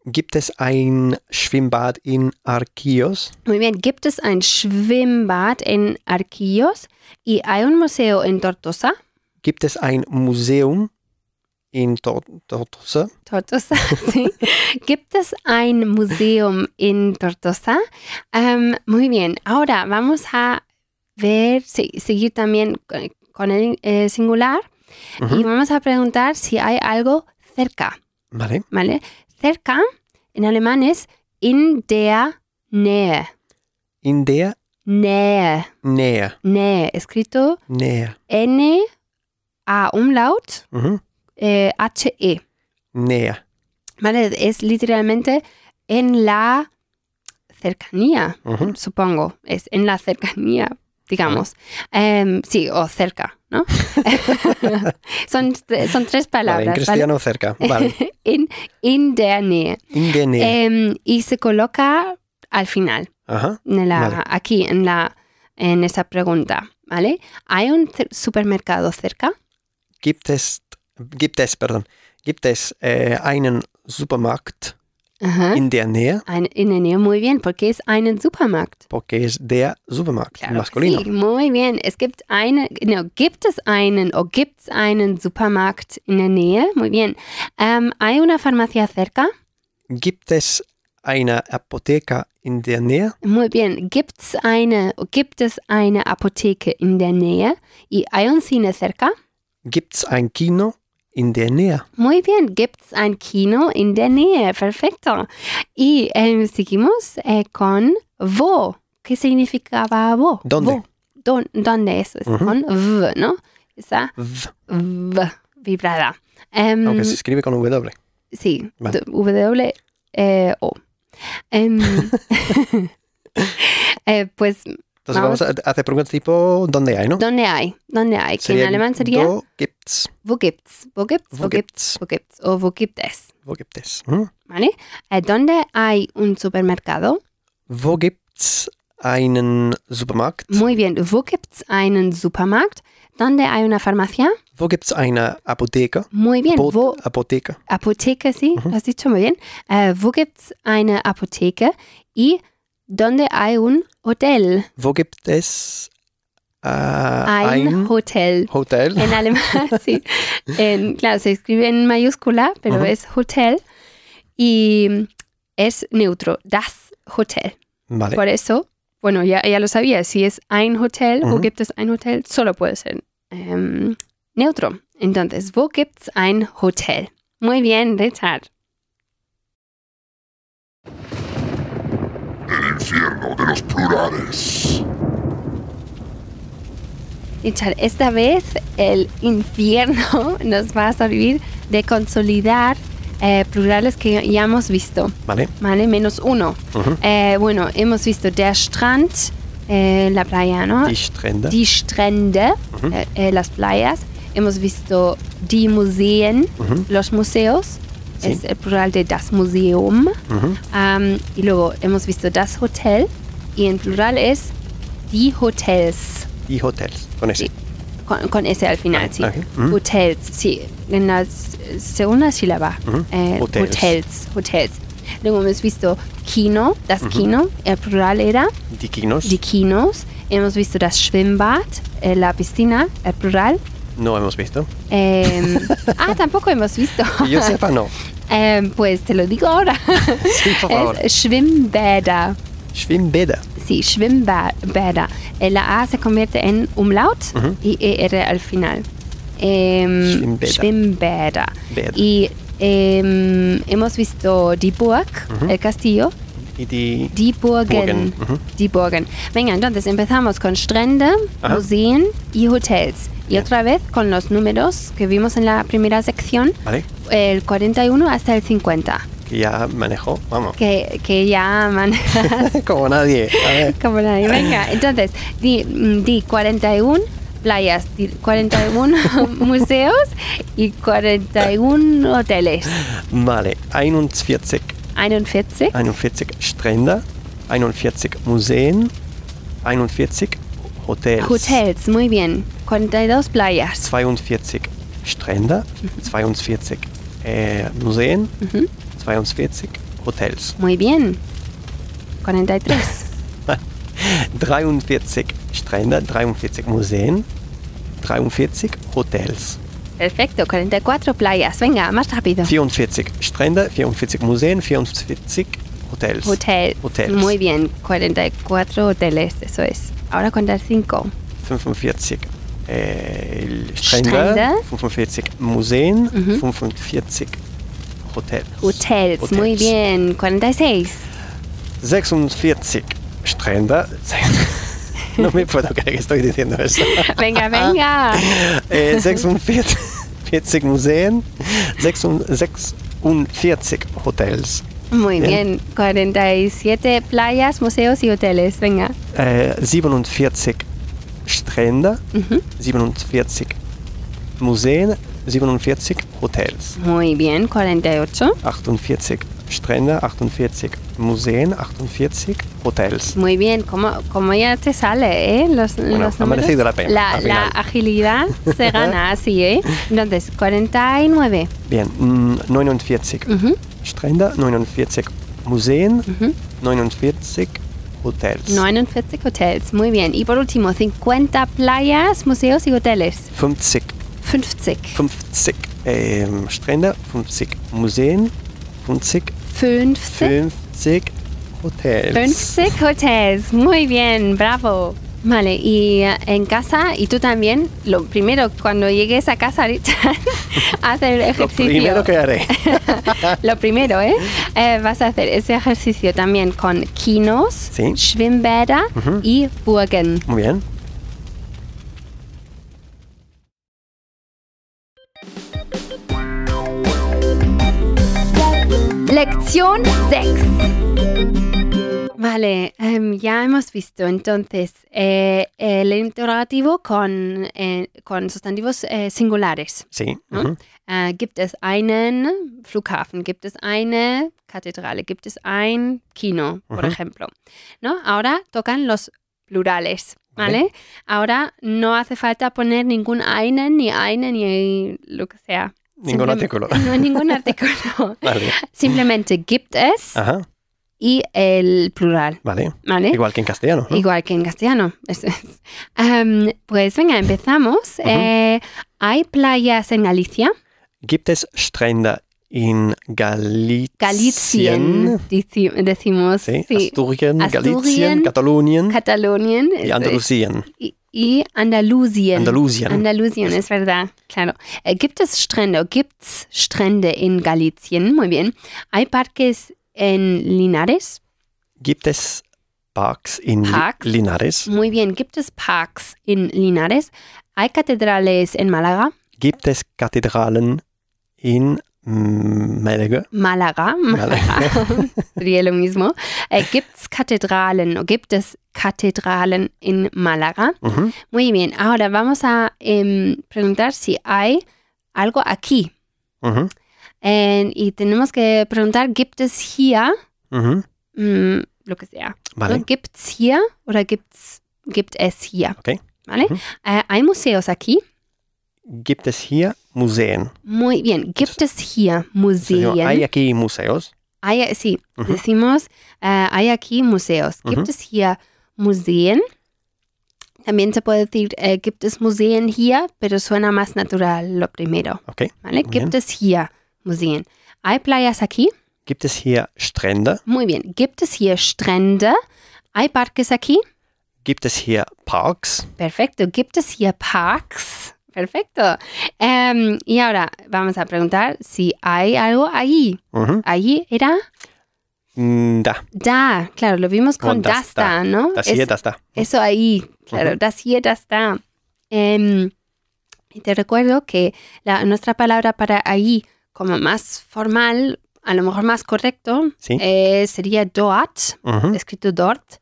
Speaker 2: Gibt es ein Schwimmbad in Arquios?
Speaker 1: Muy bien, gibt es ein Schwimmbad en Arquillos? Y hay un museo en Tortosa.
Speaker 2: Gibt es ein Museum in Tor- Tortosa?
Speaker 1: Tortosa, sí. ¿Gibt es ein Museum in Tortosa? Am, muy bien, ahora vamos a ver, sí, seguir también con- con el eh, singular y
Speaker 2: Mhm.
Speaker 1: vamos a preguntar si hay algo cerca,
Speaker 2: Vale.
Speaker 1: ¿vale? Cerca en alemán es in der Nähe,
Speaker 2: In der
Speaker 1: Nähe,
Speaker 2: Nähe.
Speaker 1: Nähe, escrito
Speaker 2: Nähe.
Speaker 1: N-A umlaut
Speaker 2: Mhm.
Speaker 1: eh, H-E.
Speaker 2: Nähe.
Speaker 1: Vale, es literalmente en la cercanía,
Speaker 2: Mhm.
Speaker 1: supongo. Es en la cercanía, digamos. Em, sí, o cerca, ¿no? son, tre- son tres
Speaker 2: Vale, en
Speaker 1: palabras, ¿vale?
Speaker 2: cristiano cerca. Vale.
Speaker 1: In, in der Nähe.
Speaker 2: In der Nähe.
Speaker 1: Em, y se coloca al final,
Speaker 2: Aha.
Speaker 1: en la-
Speaker 2: Vale.
Speaker 1: aquí, en, la, en esa pregunta, ¿vale? ¿Hay un cer- supermercado cerca?
Speaker 2: Gibt es, gibt es, pardon, gibt es äh, einen Supermarkt
Speaker 1: Ajá.
Speaker 2: in der Nähe?
Speaker 1: Ein- in der Nähe, muy bien, porque es ein Supermarkt.
Speaker 2: Porque es der Supermarkt
Speaker 1: Claro que
Speaker 2: masculino.
Speaker 1: Sí, muy bien. Es gibt eine, no, gibt es einen, o gibt's einen Supermarkt in der Nähe? Muy bien. Ähm, hay una farmacia cerca?
Speaker 2: Gibt es eine Apotheke in der Nähe?
Speaker 1: Muy bien. Gibt's eine, o gibt es eine Apotheke in der Nähe? Y hay un cine cerca?
Speaker 2: Gibt es ein Kino in der Nähe?
Speaker 1: Muy bien. Gibt's ein Kino in der Nähe? Perfecto. Y em, seguimos eh, con wo. ¿Qué significaba wo?
Speaker 2: ¿Dónde?
Speaker 1: Wo. Don- ¿Dónde? Eso es
Speaker 2: Ujú.
Speaker 1: con v, ¿no? Esa
Speaker 2: W,
Speaker 1: V, vibrada. Em,
Speaker 2: aunque se escribe con W.
Speaker 1: Sí,
Speaker 2: Vale.
Speaker 1: W, eh, O. Em, eh, pues
Speaker 2: Entonces vamos, a hacer preguntas tipo, ¿dónde hay, no?
Speaker 1: ¿Dónde hay? ¿Dónde hay? Que en alemán sería
Speaker 2: Wo gibt's?
Speaker 1: wo gibt's, wo gibt's,
Speaker 2: Wo
Speaker 1: wo gibt's,
Speaker 2: gibt's?
Speaker 1: wo gibt's o wo gibt es,
Speaker 2: Wo gibt es? Hm?
Speaker 1: ¿vale? Eh, ¿Dónde hay un supermercado?
Speaker 2: Wo gibt's einen Supermarkt?
Speaker 1: Muy bien. Wo gibt's einen Supermarkt? ¿Dónde hay una farmacia?
Speaker 2: Wo gibt's eine Apotheke?
Speaker 1: Muy bien.
Speaker 2: Apo-
Speaker 1: Wo
Speaker 2: Apotheke.
Speaker 1: Apotheke, sí,
Speaker 2: Ujú.
Speaker 1: lo has dicho muy bien. Eh, wo gibt's eine Apotheke? Y ¿dónde hay un hotel?
Speaker 2: Wo gibt es äh,
Speaker 1: Ein,
Speaker 2: ein,
Speaker 1: hotel.
Speaker 2: Hotel?
Speaker 1: En alemán, sí. En- claro, se escribe en mayúscula, pero
Speaker 2: Ujú.
Speaker 1: es hotel. Y es neutro, das Hotel.
Speaker 2: Vale.
Speaker 1: Por eso, bueno, ya, ya lo sabía, si es ein Hotel
Speaker 2: Ujú.
Speaker 1: o gibt es ein Hotel, solo puede ser em, neutro. Entonces, wo gibt's ein Hotel? Muy bien, Richard.
Speaker 3: El infierno de los plurales.
Speaker 1: Richard, esta vez el infierno nos va a servir de consolidar eh, plurales que ya hemos visto,
Speaker 2: Vale.
Speaker 1: ¿vale? Menos uno.
Speaker 2: Ujú.
Speaker 1: Eh, bueno, hemos visto der Strand, eh, la playa, ¿no?
Speaker 2: Die Strände.
Speaker 1: die Strände,
Speaker 2: Ujú.
Speaker 1: eh, eh, las playas. Hemos visto die Museen,
Speaker 2: Ujú.
Speaker 1: los museos.
Speaker 2: Sí.
Speaker 1: Es el plural de das Museum.
Speaker 2: Ujú.
Speaker 1: Am, y luego hemos visto das Hotel. Y en plural es die Hotels.
Speaker 2: Die Hotels. Con ese.
Speaker 1: Sí. Con, con ese al final,
Speaker 2: Ah,
Speaker 1: sí.
Speaker 2: ok. Mhm.
Speaker 1: Hotels, sí. En la s- segunda sílaba.
Speaker 2: Mhm.
Speaker 1: eh,
Speaker 2: Hotels.
Speaker 1: hotels. Hotels. Luego hemos visto Kino, das
Speaker 2: Mm-hmm.
Speaker 1: Kino. El plural era
Speaker 2: Die Kinos.
Speaker 1: die Kinos, hemos visto das Schwimmbad, eh, la piscina, el plural.
Speaker 2: No hemos visto.
Speaker 1: Em, ah, tampoco hemos visto.
Speaker 2: Que yo sepa, no.
Speaker 1: Em, pues te lo digo ahora.
Speaker 2: Sí, por favor.
Speaker 1: Es Schwimmbäder.
Speaker 2: Schwimmbäder.
Speaker 1: Sí, Schwimmbäder. Eh, La A se convierte en umlaut
Speaker 2: Ujú.
Speaker 1: y ER al final. Em,
Speaker 2: Schwimmbäder.
Speaker 1: Schwimmbäder.
Speaker 2: Bäder.
Speaker 1: Y em, hemos visto die Burg,
Speaker 2: Ujú.
Speaker 1: el eh, castillo.
Speaker 2: Y die
Speaker 1: Die Burgen.
Speaker 2: Burgen. Ujú.
Speaker 1: Die Burgen. Venga, entonces empezamos con Strände,
Speaker 2: Ajá.
Speaker 1: Museen y Hotels. Y
Speaker 2: Bien.
Speaker 1: otra vez con los números que vimos en la primera sección,
Speaker 2: Vale.
Speaker 1: el 41 hasta el 50,
Speaker 2: Que ya manejó. Vamos.
Speaker 1: que, que ya manejas
Speaker 2: Como nadie. A ver.
Speaker 1: como nadie. Venga, entonces, di, mm, di 41 playas, di 41 museos y 41 hoteles.
Speaker 2: Vale. 41.
Speaker 1: 41,
Speaker 2: 41 Strände. 41 Museen. 41 Hotels.
Speaker 1: Hotels, muy bien. 42 playas.
Speaker 2: 42 Strände. 42 äh, Museen.
Speaker 1: Mhm.
Speaker 2: 42 Hotels.
Speaker 1: Muy bien. 43.
Speaker 2: 43 Strände. 43 Museen. 43 Hotels.
Speaker 1: Perfecto, 44 playas. Venga, más rápido.
Speaker 2: 44 Strände, 44 Museen, 44 Hotels.
Speaker 1: Hotel.
Speaker 2: Hotels.
Speaker 1: Muy bien, 44 hoteles, eso es. Ahora contar 5.
Speaker 2: 45 äh, Strände,
Speaker 1: Strände.
Speaker 2: 45 Museen,
Speaker 1: Mhm.
Speaker 2: 45 Hotels.
Speaker 1: Hotels. muy bien. 46.
Speaker 2: 46 Strände. no me puedo creer que estoy diciendo eso.
Speaker 1: Venga, venga.
Speaker 2: Äh, 46 40 Museen, 46 46 Hotels,
Speaker 1: Muy
Speaker 2: Bien.
Speaker 1: bien. 47 playas, museos y hoteles. Venga.
Speaker 2: äh, 47 Strände,
Speaker 1: Ujú.
Speaker 2: 47 Museen, 47 Hotels.
Speaker 1: Muy bien. 48.
Speaker 2: 48 Strände, 48 Museen, 48 Hotels.
Speaker 1: Muy bien. Como, como ya te sale, ¿eh? Los, los
Speaker 2: ha
Speaker 1: números.
Speaker 2: merecido la pena,
Speaker 1: La,
Speaker 2: al final.
Speaker 1: la agilidad se gana así, ¿eh? Entonces, 49.
Speaker 2: Bien, mm, 49
Speaker 1: Ujú,
Speaker 2: Strände, 49 Museen,
Speaker 1: ujú.
Speaker 2: 49 Hotels.
Speaker 1: 49 Hotels, muy bien. Y por último, 50 playas, museos y hoteles.
Speaker 2: 50,
Speaker 1: 50.
Speaker 2: 50 ähm, Strände, 50 Museen, 50,
Speaker 1: 50.
Speaker 2: 50 Hotels.
Speaker 1: 50 Hotels, muy bien, bravo. Vale, y eh, en casa, y tú también, lo primero, cuando llegues a casa, Richard, haz el
Speaker 2: Lo
Speaker 1: ejercicio.
Speaker 2: primero que haré.
Speaker 1: Lo primero, ¿eh? Eh, Vas a hacer ese ejercicio también con kinos,
Speaker 2: Sí.
Speaker 1: Schwimmbäder
Speaker 2: Ujú.
Speaker 1: y Burgen.
Speaker 2: Muy bien.
Speaker 1: Lección 6. Vale, em, ya hemos visto entonces eh, el interrogativo con, eh, con sustantivos eh, singulares.
Speaker 2: Sí.
Speaker 1: Ja.
Speaker 2: mhm.
Speaker 1: Äh, gibt es einen Flughafen? Gibt es eine Kathedrale? Gibt es ein Kino, por
Speaker 2: Ujú.
Speaker 1: ejemplo? ¿No? Ahora tocan los plurales. ¿Vale?
Speaker 2: Vale.
Speaker 1: Ahora no hace falta poner ningún einen, ni eine, ni lo que sea.
Speaker 2: Ningún
Speaker 1: Simplem-
Speaker 2: artículo.
Speaker 1: No, ningún artículo.
Speaker 2: Vale.
Speaker 1: Simplemente gibt es
Speaker 2: Ajá.
Speaker 1: y el plural,
Speaker 2: Vale.
Speaker 1: ¿vale?
Speaker 2: Igual que en castellano. ¿no?
Speaker 1: ¿Eh? Igual que en castellano. Eso es. Am, pues venga, empezamos.
Speaker 2: Ujú.
Speaker 1: Eh, ¿Hay playas en Galicia?
Speaker 2: Gibt es Strände in Galizien?
Speaker 1: Galicien, dici- decimos.
Speaker 2: Sí.
Speaker 1: sí.
Speaker 2: Asturien,
Speaker 1: Asturien,
Speaker 2: Galicien, Catalonien
Speaker 1: Catalonien
Speaker 2: y
Speaker 1: eso es.
Speaker 2: Andalusien.
Speaker 1: y, y Andalusien.
Speaker 2: Andalusien.
Speaker 1: Andalusien, es verdad, claro. Eh, ¿Gibt es Strände? ¿Gibt's Strände en Galicien? Muy bien. ¿Hay parques en Linares?
Speaker 2: Gibt es Parks in Li-
Speaker 1: Parks.
Speaker 2: Linares?
Speaker 1: Muy bien. ¿Gibt es parks en Linares? ¿Hay catedrales en Málaga?
Speaker 2: Gibt es Kathedralen in Malaga?
Speaker 1: Málaga.
Speaker 2: Málaga.
Speaker 1: Sería lo mismo. Eh, ¿Gibt's Kathedralen? ¿O gibt es Kathedralen en Málaga?
Speaker 2: Mhm.
Speaker 1: Muy bien, ahora vamos a em, preguntar si hay algo aquí.
Speaker 2: Mhm.
Speaker 1: En- y tenemos que preguntar, ¿gibt es hier?
Speaker 2: Mhm.
Speaker 1: Mm, lo que sea.
Speaker 2: Vale.
Speaker 1: ¿no? ¿Gibt's hier? Oder gibt's, gibt es hier?
Speaker 2: Okay.
Speaker 1: ¿Vale?
Speaker 2: Ujú.
Speaker 1: Eh, ¿Hay museos aquí? Mhm.
Speaker 2: Gibt es hier Museen?
Speaker 1: Muy bien. ¿Gibt es hier
Speaker 2: Señor,
Speaker 1: Museen?
Speaker 2: ¿Hay aquí museos?
Speaker 1: Hay- eh, sí,
Speaker 2: Ujú.
Speaker 1: decimos, eh, hay aquí museos. ¿Gibt
Speaker 2: Ujú.
Speaker 1: es hier Museen? También se puede decir, eh, ¿gibt es Museen hier? Pero suena más natural lo primero.
Speaker 2: Okay.
Speaker 1: ¿Vale?
Speaker 2: Muy
Speaker 1: Gibt es hier Museen? Hay playas aquí?
Speaker 2: Gibt es hier Strände?
Speaker 1: Muy bien. Gibt es hier Strände? Hay parques aquí?
Speaker 2: Gibt es hier Parks?
Speaker 1: Perfecto. Gibt es hier Parks? Perfecto. Em, y ahora vamos a preguntar si hay algo allí.
Speaker 2: Mhm.
Speaker 1: Allí era
Speaker 2: Mm, Da,
Speaker 1: da. Claro, lo vimos con,
Speaker 2: Con
Speaker 1: das,
Speaker 2: das
Speaker 1: da, ¿no?
Speaker 2: das
Speaker 1: Es-
Speaker 2: hier, das da.
Speaker 1: Eso ahí, claro,
Speaker 2: Ujú.
Speaker 1: das hier, das da. Em, y te recuerdo que la, nuestra palabra para ahí, como más formal, a lo mejor más correcto,
Speaker 2: Sí.
Speaker 1: eh, sería dort,
Speaker 2: Mhm.
Speaker 1: escrito dort,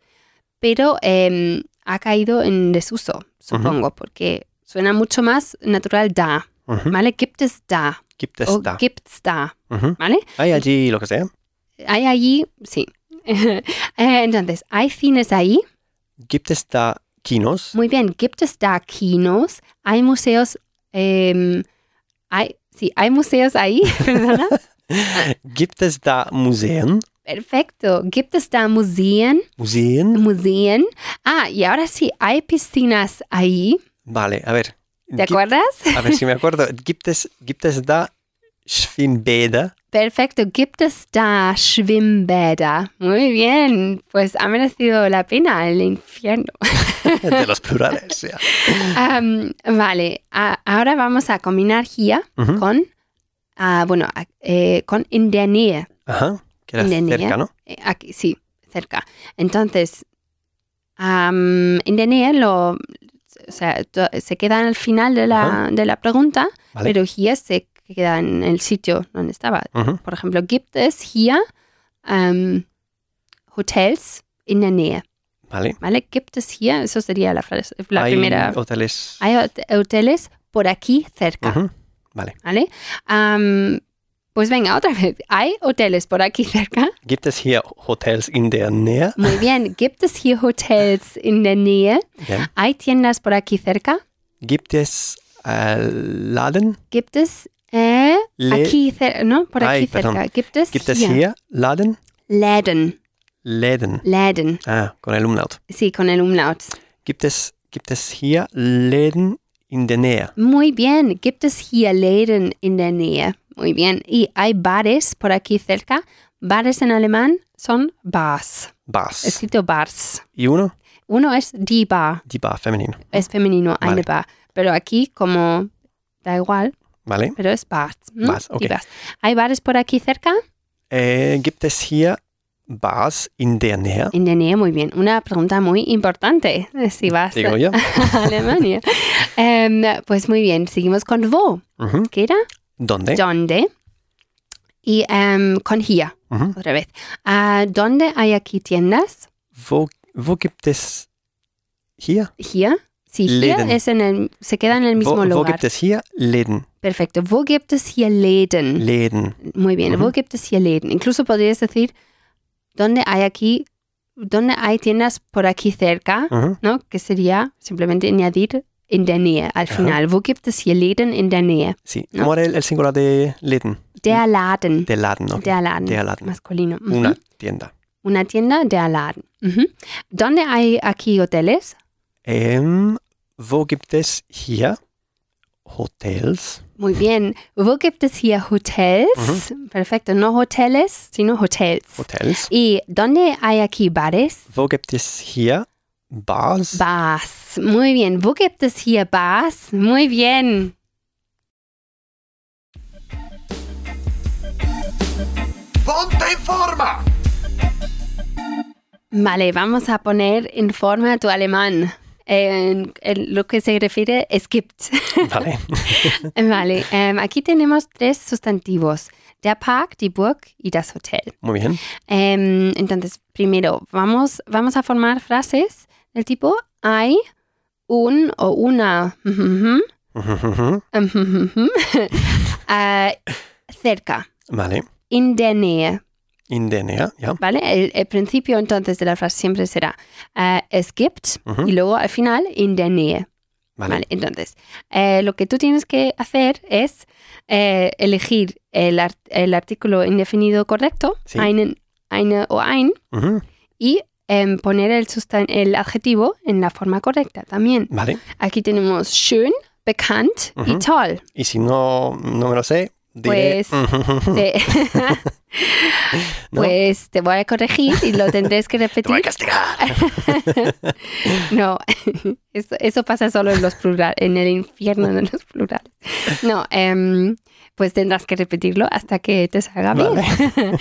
Speaker 1: pero em, ha caído en desuso, supongo, porque suena mucho más natural da,
Speaker 2: Mhm.
Speaker 1: ¿vale? Gibt es da
Speaker 2: Gibt es
Speaker 1: o
Speaker 2: da?
Speaker 1: gibt's da,
Speaker 2: Mhm.
Speaker 1: ¿vale?
Speaker 2: Hay allí lo que sea.
Speaker 1: Hay allí, sí. Eh, Entonces, ¿hay cines ahí?
Speaker 2: Gibt es da Kinos?
Speaker 1: Muy bien, ¿gibt es da Kinos? ¿Hay museos? em, hay, sí, ¿hay museos ahí? Perdona.
Speaker 2: Gibt es da Museen?
Speaker 1: Perfecto. ¿Gibt es da Museen?
Speaker 2: Museen?
Speaker 1: Museen. Ah, y ahora sí, ¿hay piscinas ahí?
Speaker 2: Vale, a ver.
Speaker 1: ¿Te
Speaker 2: Gibt-
Speaker 1: acuerdas?
Speaker 2: A ver si me acuerdo. Gibt es, gibt es da Schwimmbäder?
Speaker 1: Perfecto. ¿Gibt es da Schwimmbäder? Muy bien. Pues ha merecido la pena el infierno.
Speaker 2: De los plurales, ja.
Speaker 1: Am, vale, a- ahora vamos a combinar hier
Speaker 2: Mhm.
Speaker 1: con, ah, bueno, a- eh, con in der Nähe.
Speaker 2: Ajá. Queda
Speaker 1: In der Nähe.
Speaker 2: cerca, ¿no?
Speaker 1: Eh, Aquí, sí, cerca. Entonces, am, en de Nähe lo, o sea, to- se queda al final de la, de la pregunta,
Speaker 2: Vale.
Speaker 1: pero hier se queda en el sitio donde estaba.
Speaker 2: Mhm.
Speaker 1: Por ejemplo, gibt es hier am, hotels in der Nähe,
Speaker 2: Vale.
Speaker 1: ¿vale? Gibt es hier, eso sería la, frase, la
Speaker 2: Hay
Speaker 1: primera.
Speaker 2: hoteles.
Speaker 1: Hay hot- hoteles por aquí cerca,
Speaker 2: Mhm.
Speaker 1: ¿vale? Am, pues venga, otra vez. Hay hoteles por aquí cerca.
Speaker 2: Gibt es hier Hotels in der Nähe?
Speaker 1: Muy bien, ¿gibt es hier Hotels in der Nähe?
Speaker 2: Ja.
Speaker 1: ¿Hay tiendas por aquí cerca?
Speaker 2: Gibt es äh, Laden?
Speaker 1: ¿Gibt es eh,
Speaker 2: Le-
Speaker 1: aquí cerca? No, por aquí
Speaker 2: Ay, perdón.
Speaker 1: cerca. ¿Gibt es,
Speaker 2: Gibt es hier Laden?
Speaker 1: Läden,
Speaker 2: Läden.
Speaker 1: Läden.
Speaker 2: Ah, con el umlaut.
Speaker 1: Sí, con el umlaut.
Speaker 2: Gibt es, gibt es hier Läden in der Nähe?
Speaker 1: Muy bien, ¿gibt es hier Läden in der Nähe? Muy bien. ¿Y hay bares por aquí cerca? Bares en alemán son bars,
Speaker 2: Bars.
Speaker 1: escrito bars.
Speaker 2: y uno,
Speaker 1: Uno es die Bar,
Speaker 2: die Bar femenino.
Speaker 1: es femenino,
Speaker 2: Vale.
Speaker 1: eine Bar. Pero aquí, como da igual,
Speaker 2: Vale.
Speaker 1: pero es bars. ¿no?
Speaker 2: Bars,
Speaker 1: Die
Speaker 2: okay.
Speaker 1: Bars. ¿Hay bares por aquí cerca?
Speaker 2: Äh, gibt es hier Bars in der Nähe?
Speaker 1: En der Nähe, muy bien. Una pregunta muy importante eh, si vas
Speaker 2: Digo
Speaker 1: a
Speaker 2: yo.
Speaker 1: Alemania. Em, pues muy bien, seguimos con wo.
Speaker 2: Mhm.
Speaker 1: ¿Qué era?
Speaker 2: ¿Dónde?
Speaker 1: ¿Dónde? y em, con GIA,
Speaker 2: Mhm.
Speaker 1: otra vez. Ah, ¿Dónde hay aquí tiendas?
Speaker 2: Wo, wo gibt es hier?
Speaker 1: GIA. Sí, GIA
Speaker 2: Läden.
Speaker 1: es en el, se queda en el mismo
Speaker 2: Wo, wo
Speaker 1: lugar.
Speaker 2: gibt es hier Läden?
Speaker 1: Perfecto. ¿Wo gibt es hier Läden?
Speaker 2: Läden.
Speaker 1: Muy bien.
Speaker 2: Ujú.
Speaker 1: ¿Wo gibt es hier Läden? Incluso podrías decir, ¿dónde hay aquí, dónde hay tiendas por aquí cerca?
Speaker 2: Mhm.
Speaker 1: ¿No? Que sería simplemente añadir en der Nähe al
Speaker 2: Ajá.
Speaker 1: final. ¿Wo gibt es hier Läden in der Nähe?
Speaker 2: Sí.
Speaker 1: No.
Speaker 2: ¿Cómo era el, el singular de Läden?
Speaker 1: Der Laden.
Speaker 2: De Laden, Mm. ok.
Speaker 1: Der Laden.
Speaker 2: Der Laden.
Speaker 1: Masculino. Ujú.
Speaker 2: Una tienda.
Speaker 1: Una tienda, der Laden. Ujú. ¿Dónde hay aquí hoteles?
Speaker 2: Ähm, wo gibt es hier Hotels?
Speaker 1: Muy bien. ¿Wo gibt es hier Hotels? Perfecto. No hoteles, sino hotels.
Speaker 2: Hotels.
Speaker 1: ¿Y dónde hay aquí bares?
Speaker 2: Wo gibt es hier Bars?
Speaker 1: Bars. Muy bien. ¿Wo gibt es hier Bars? Muy bien.
Speaker 3: ¡Ponte en forma!
Speaker 1: Vale, vamos a poner en forma tu alemán. En, en lo que se refiere es gibt.
Speaker 2: Vale.
Speaker 1: vale, em, aquí tenemos tres sustantivos. Der Park, die Burg y das Hotel.
Speaker 2: Muy bien.
Speaker 1: Em, entonces, primero, vamos, vamos a formar frases del tipo hay un o una ujujujú,
Speaker 2: Mhm.
Speaker 1: ujujujú, eh, cerca,
Speaker 2: Vale.
Speaker 1: in der Nähe.
Speaker 2: In der Nähe, ja.
Speaker 1: ¿Vale? El, el principio entonces de la frase siempre será eh, es gibt
Speaker 2: Ujú.
Speaker 1: y luego al final in der Nähe.
Speaker 2: ¿Mm? Vale.
Speaker 1: Vale, entonces eh, lo que tú tienes que hacer es eh, elegir el, ar- el artículo indefinido correcto,
Speaker 2: Sí.
Speaker 1: einen, eine o ein,
Speaker 2: Mhm.
Speaker 1: y em, poner el, sustan- el adjetivo en la forma correcta también.
Speaker 2: Vale.
Speaker 1: Aquí tenemos schön, bekannt y
Speaker 2: Ujú.
Speaker 1: toll.
Speaker 2: Y si no, no me lo sé, diré.
Speaker 1: Pues,
Speaker 2: Mhm.
Speaker 1: Te-
Speaker 2: No.
Speaker 1: Pues te voy a corregir y lo tendréis que
Speaker 2: Te voy a
Speaker 1: repetir.
Speaker 2: castigar.
Speaker 1: No, eso, eso pasa solo en los plural, en el infierno de los plurales. No, em, pues tendrás que repetirlo hasta que te salga bien.
Speaker 2: Vale.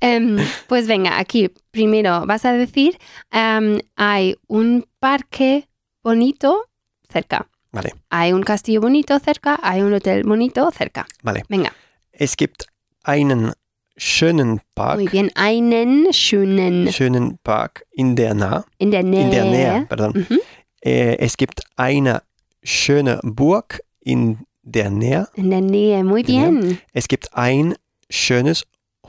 Speaker 1: Em, pues venga, aquí primero vas a decir, em, hay un parque bonito cerca.
Speaker 2: Vale.
Speaker 1: Hay un castillo bonito cerca, hay un hotel bonito cerca.
Speaker 2: Vale.
Speaker 1: Venga,
Speaker 2: Es gibt einen schönen Park.
Speaker 1: muy bien. Einen schönen
Speaker 2: Schönen Park in der Nähe.
Speaker 1: in der Nähe.
Speaker 2: In der Nähe, pardon.
Speaker 1: Mhm.
Speaker 2: Äh, es gibt eine schöne Burg in der Nähe.
Speaker 1: En la Nähe, muy
Speaker 2: Genau.
Speaker 1: bien.
Speaker 2: Es gibt ein schönes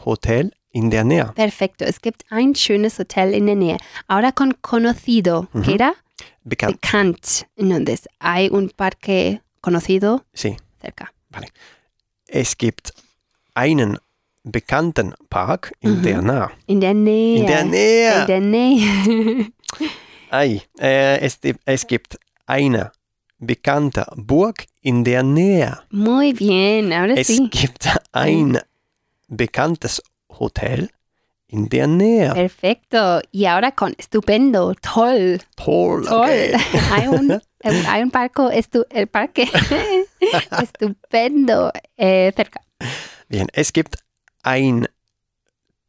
Speaker 2: Hotel in der Nähe.
Speaker 1: Perfecto, es gibt ein schönes Hotel in der Nähe. Ahora con conocido,
Speaker 2: Ujú.
Speaker 1: que era
Speaker 2: Bekannt.
Speaker 1: bekannt. Entonces, hay un parque conocido
Speaker 2: Sí.
Speaker 1: cerca.
Speaker 2: Es gibt einen bekannten Park in
Speaker 1: Mhm.
Speaker 2: der Nähe.
Speaker 1: In der Nähe.
Speaker 2: In der
Speaker 1: In
Speaker 2: Nähe.
Speaker 1: der Nähe.
Speaker 2: Ei. Äh, es, es gibt eine bekannte Burg in der Nähe.
Speaker 1: Muy bien, ahora
Speaker 2: Es
Speaker 1: sí.
Speaker 2: gibt ein bekanntes Hotel in der Nähe.
Speaker 1: Perfecto. Y ahora con estupendo, toll,
Speaker 2: Toll.
Speaker 1: toll.
Speaker 2: okay.
Speaker 1: Hay un, hay un parco, estu- el parque estupendo eh, cerca.
Speaker 2: Bien, es gibt ein,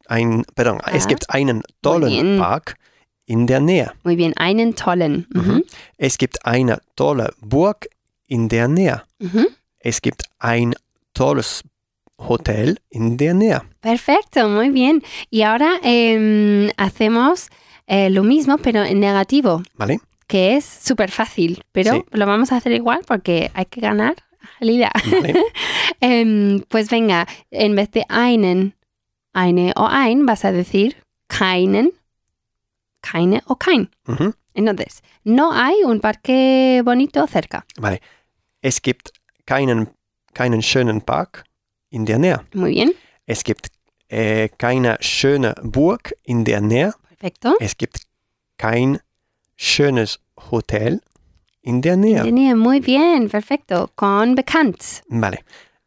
Speaker 2: ein pardon, es
Speaker 1: Ja.
Speaker 2: gibt einen
Speaker 1: bien.
Speaker 2: tollen Park in der Nähe.
Speaker 1: Muy bien, einen tollen. Ujú,
Speaker 2: Es gibt eine tolle Burg in der Nähe.
Speaker 1: ujú.
Speaker 2: Es gibt ein tolles Hotel in der Nähe.
Speaker 1: Perfecto, muy bien. Y ahora em, hacemos eh, lo mismo, pero en negativo,
Speaker 2: ¿Vale?
Speaker 1: que es súper fácil, pero
Speaker 2: Sí.
Speaker 1: lo vamos a hacer igual porque hay que ganar agilidad.
Speaker 2: Vale.
Speaker 1: Em, pues venga, en vez de einen, eine o ein, vas a decir keinen, keine o kein.
Speaker 2: mhm.
Speaker 1: Entonces, no hay un parque bonito cerca.
Speaker 2: Vale. Es gibt keinen, keinen schönen Park in der Nähe.
Speaker 1: Muy bien,
Speaker 2: Es gibt äh, keine schöne Burg in der Nähe.
Speaker 1: perfecto.
Speaker 2: Es gibt kein schönes Hotel in der Nähe.
Speaker 1: Tenía Muy bien, perfecto. Con bekannt.
Speaker 2: Vale.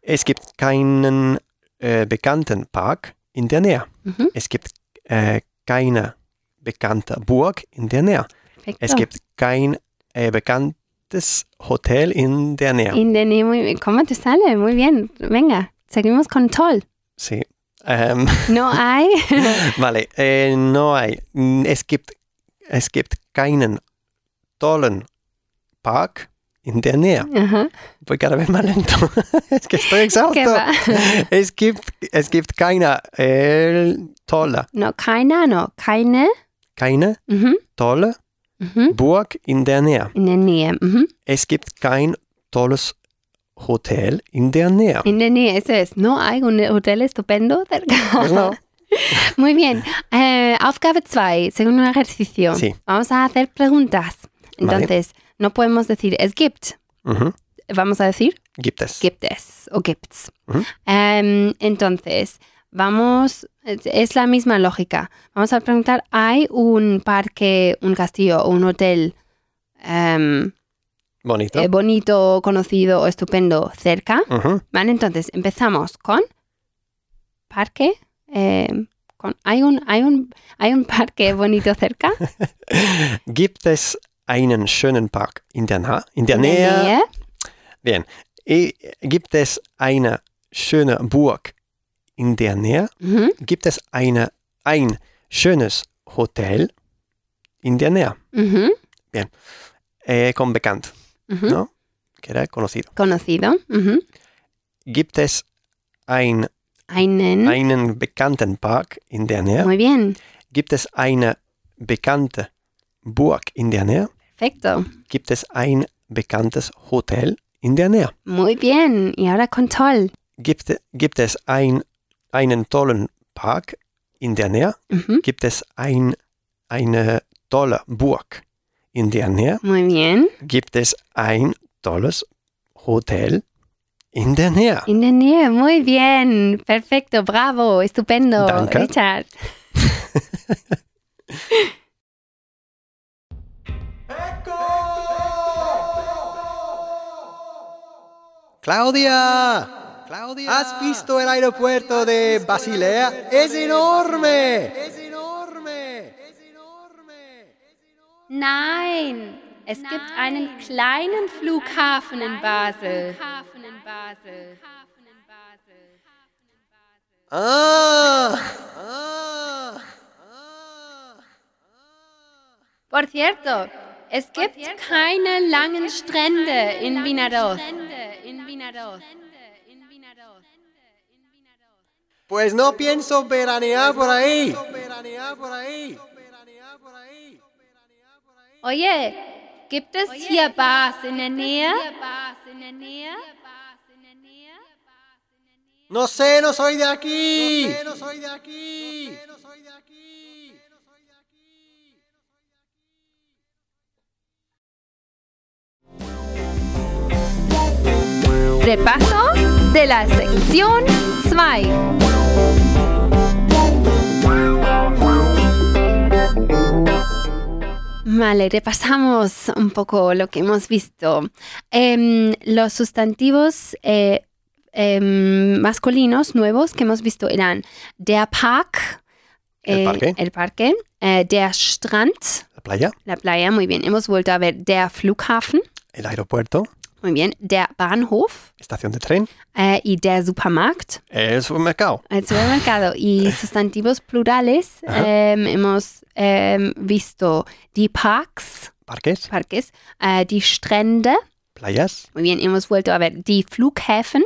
Speaker 2: Es gibt keinen äh, bekannten Park in der Nähe.
Speaker 1: Mhm.
Speaker 2: Es gibt äh, keine bekannte Burg in der Nähe.
Speaker 1: Perfecto.
Speaker 2: Es gibt kein äh, bekanntes Hotel in der Nähe.
Speaker 1: In the name, muy bien. ¿Cómo te sale? Muy bien. Venga, seguimos con toll.
Speaker 2: Sí. Ähm,
Speaker 1: No hay.
Speaker 2: vale. Äh, no hay. Es gibt, es gibt keinen tollen Park in der Nähe.
Speaker 1: Ajá.
Speaker 2: Voy cada vez más lento. es que estoy
Speaker 1: ¿Qué
Speaker 2: exhausto.
Speaker 1: va?
Speaker 2: Es gibt, es gibt keine äh, tolle,
Speaker 1: No, keiner, no, keine.
Speaker 2: keine
Speaker 1: Mhm,
Speaker 2: tolle
Speaker 1: mhm.
Speaker 2: Burg in der Nähe.
Speaker 1: In der Nähe. mhm.
Speaker 2: Es gibt kein tolles Hotel in der Nähe.
Speaker 1: En der Nähe, eso Eh, es. No hay un hotel estupendo cerca.
Speaker 2: Genau.
Speaker 1: Muy bien. Eh, Aufgabe 2, segundo ejercicio.
Speaker 2: Sí.
Speaker 1: Vamos a hacer preguntas.
Speaker 2: Vale.
Speaker 1: Entonces, no podemos decir es gibt.
Speaker 2: Mhm.
Speaker 1: Vamos a decir
Speaker 2: Gibt es.
Speaker 1: gibt es o gibt's.
Speaker 2: Ujú.
Speaker 1: Em, entonces, vamos, es- es la misma lógica. Vamos a preguntar, ¿hay un parque, un castillo o un hotel em,
Speaker 2: Bonito.
Speaker 1: eh, bonito, conocido o estupendo cerca?
Speaker 2: Mhm.
Speaker 1: Vale, entonces empezamos con parque. eh, con, ¿hay, un, hay, un, ¿Hay un parque bonito cerca?
Speaker 2: Gibt es einen schönen Park in der, Na in der
Speaker 1: En la
Speaker 2: Nähe?
Speaker 1: nieve.
Speaker 2: I- Gibt es eine schöne Burg in der Nähe?
Speaker 1: Ujú,
Speaker 2: Gibt es eine, ein schönes Hotel in der Nähe?
Speaker 1: ujú,
Speaker 2: Äh, komm bekannt,
Speaker 1: ujú.
Speaker 2: No. queda conocido.
Speaker 1: Conocido. ujú.
Speaker 2: Gibt es ein,
Speaker 1: Einen.
Speaker 2: einen bekannten Park in der Nähe?
Speaker 1: Muy bien.
Speaker 2: Gibt es eine bekannte Burg in der Nähe?
Speaker 1: Perfecto.
Speaker 2: Gibt es ein bekanntes Hotel in der Nähe?
Speaker 1: Muy bien. Y ahora con Toll.
Speaker 2: Gibt, gibt es ein, einen tollen Park in der Nähe?
Speaker 1: Ujú,
Speaker 2: Gibt es ein, eine tolle Burg in der Nähe?
Speaker 1: Muy bien.
Speaker 2: Gibt es ein tolles Hotel in der Nähe?
Speaker 1: In the nieve. Muy bien. Perfecto. Bravo. Estupendo.
Speaker 2: Danke.
Speaker 1: Richard.
Speaker 2: Claudia! Claudia! Ah. ¿Has visto el aeropuerto de Basilea? ¡Es enorme! ¡Es enorme! ¡Es enorme!
Speaker 1: Nein. Es gibt einen kleinen Flughafen in Basel.
Speaker 2: ¡Ah! ¡Ah! ¡Ah!
Speaker 1: Por cierto, es gibt keine langen Strände in Vinaroz.
Speaker 2: Pues no pienso veranear por ahí.
Speaker 1: Oye, gibt es hier Bars in der Nähe?
Speaker 2: No sé, no soy de aquí.
Speaker 1: Repaso de la sección 2. Vale, repasamos un poco lo que hemos visto. Em, los sustantivos eh, em, masculinos nuevos que hemos visto eran der Park,
Speaker 2: El
Speaker 1: eh,
Speaker 2: parque.
Speaker 1: el parque, eh, der Strand,
Speaker 2: La playa,
Speaker 1: la playa, muy bien. Hemos vuelto a ver der Flughafen,
Speaker 2: el aeropuerto,
Speaker 1: muy bien, der Bahnhof,
Speaker 2: estación de tren,
Speaker 1: Eh, y der Supermarkt,
Speaker 2: el supermercado.
Speaker 1: el supermercado. Y sustantivos plurales
Speaker 2: Ajá.
Speaker 1: em, hemos em, visto die Parks,
Speaker 2: Parques,
Speaker 1: parques, eh, die Strände,
Speaker 2: playas,
Speaker 1: muy bien, hemos vuelto a ver die Flughäfen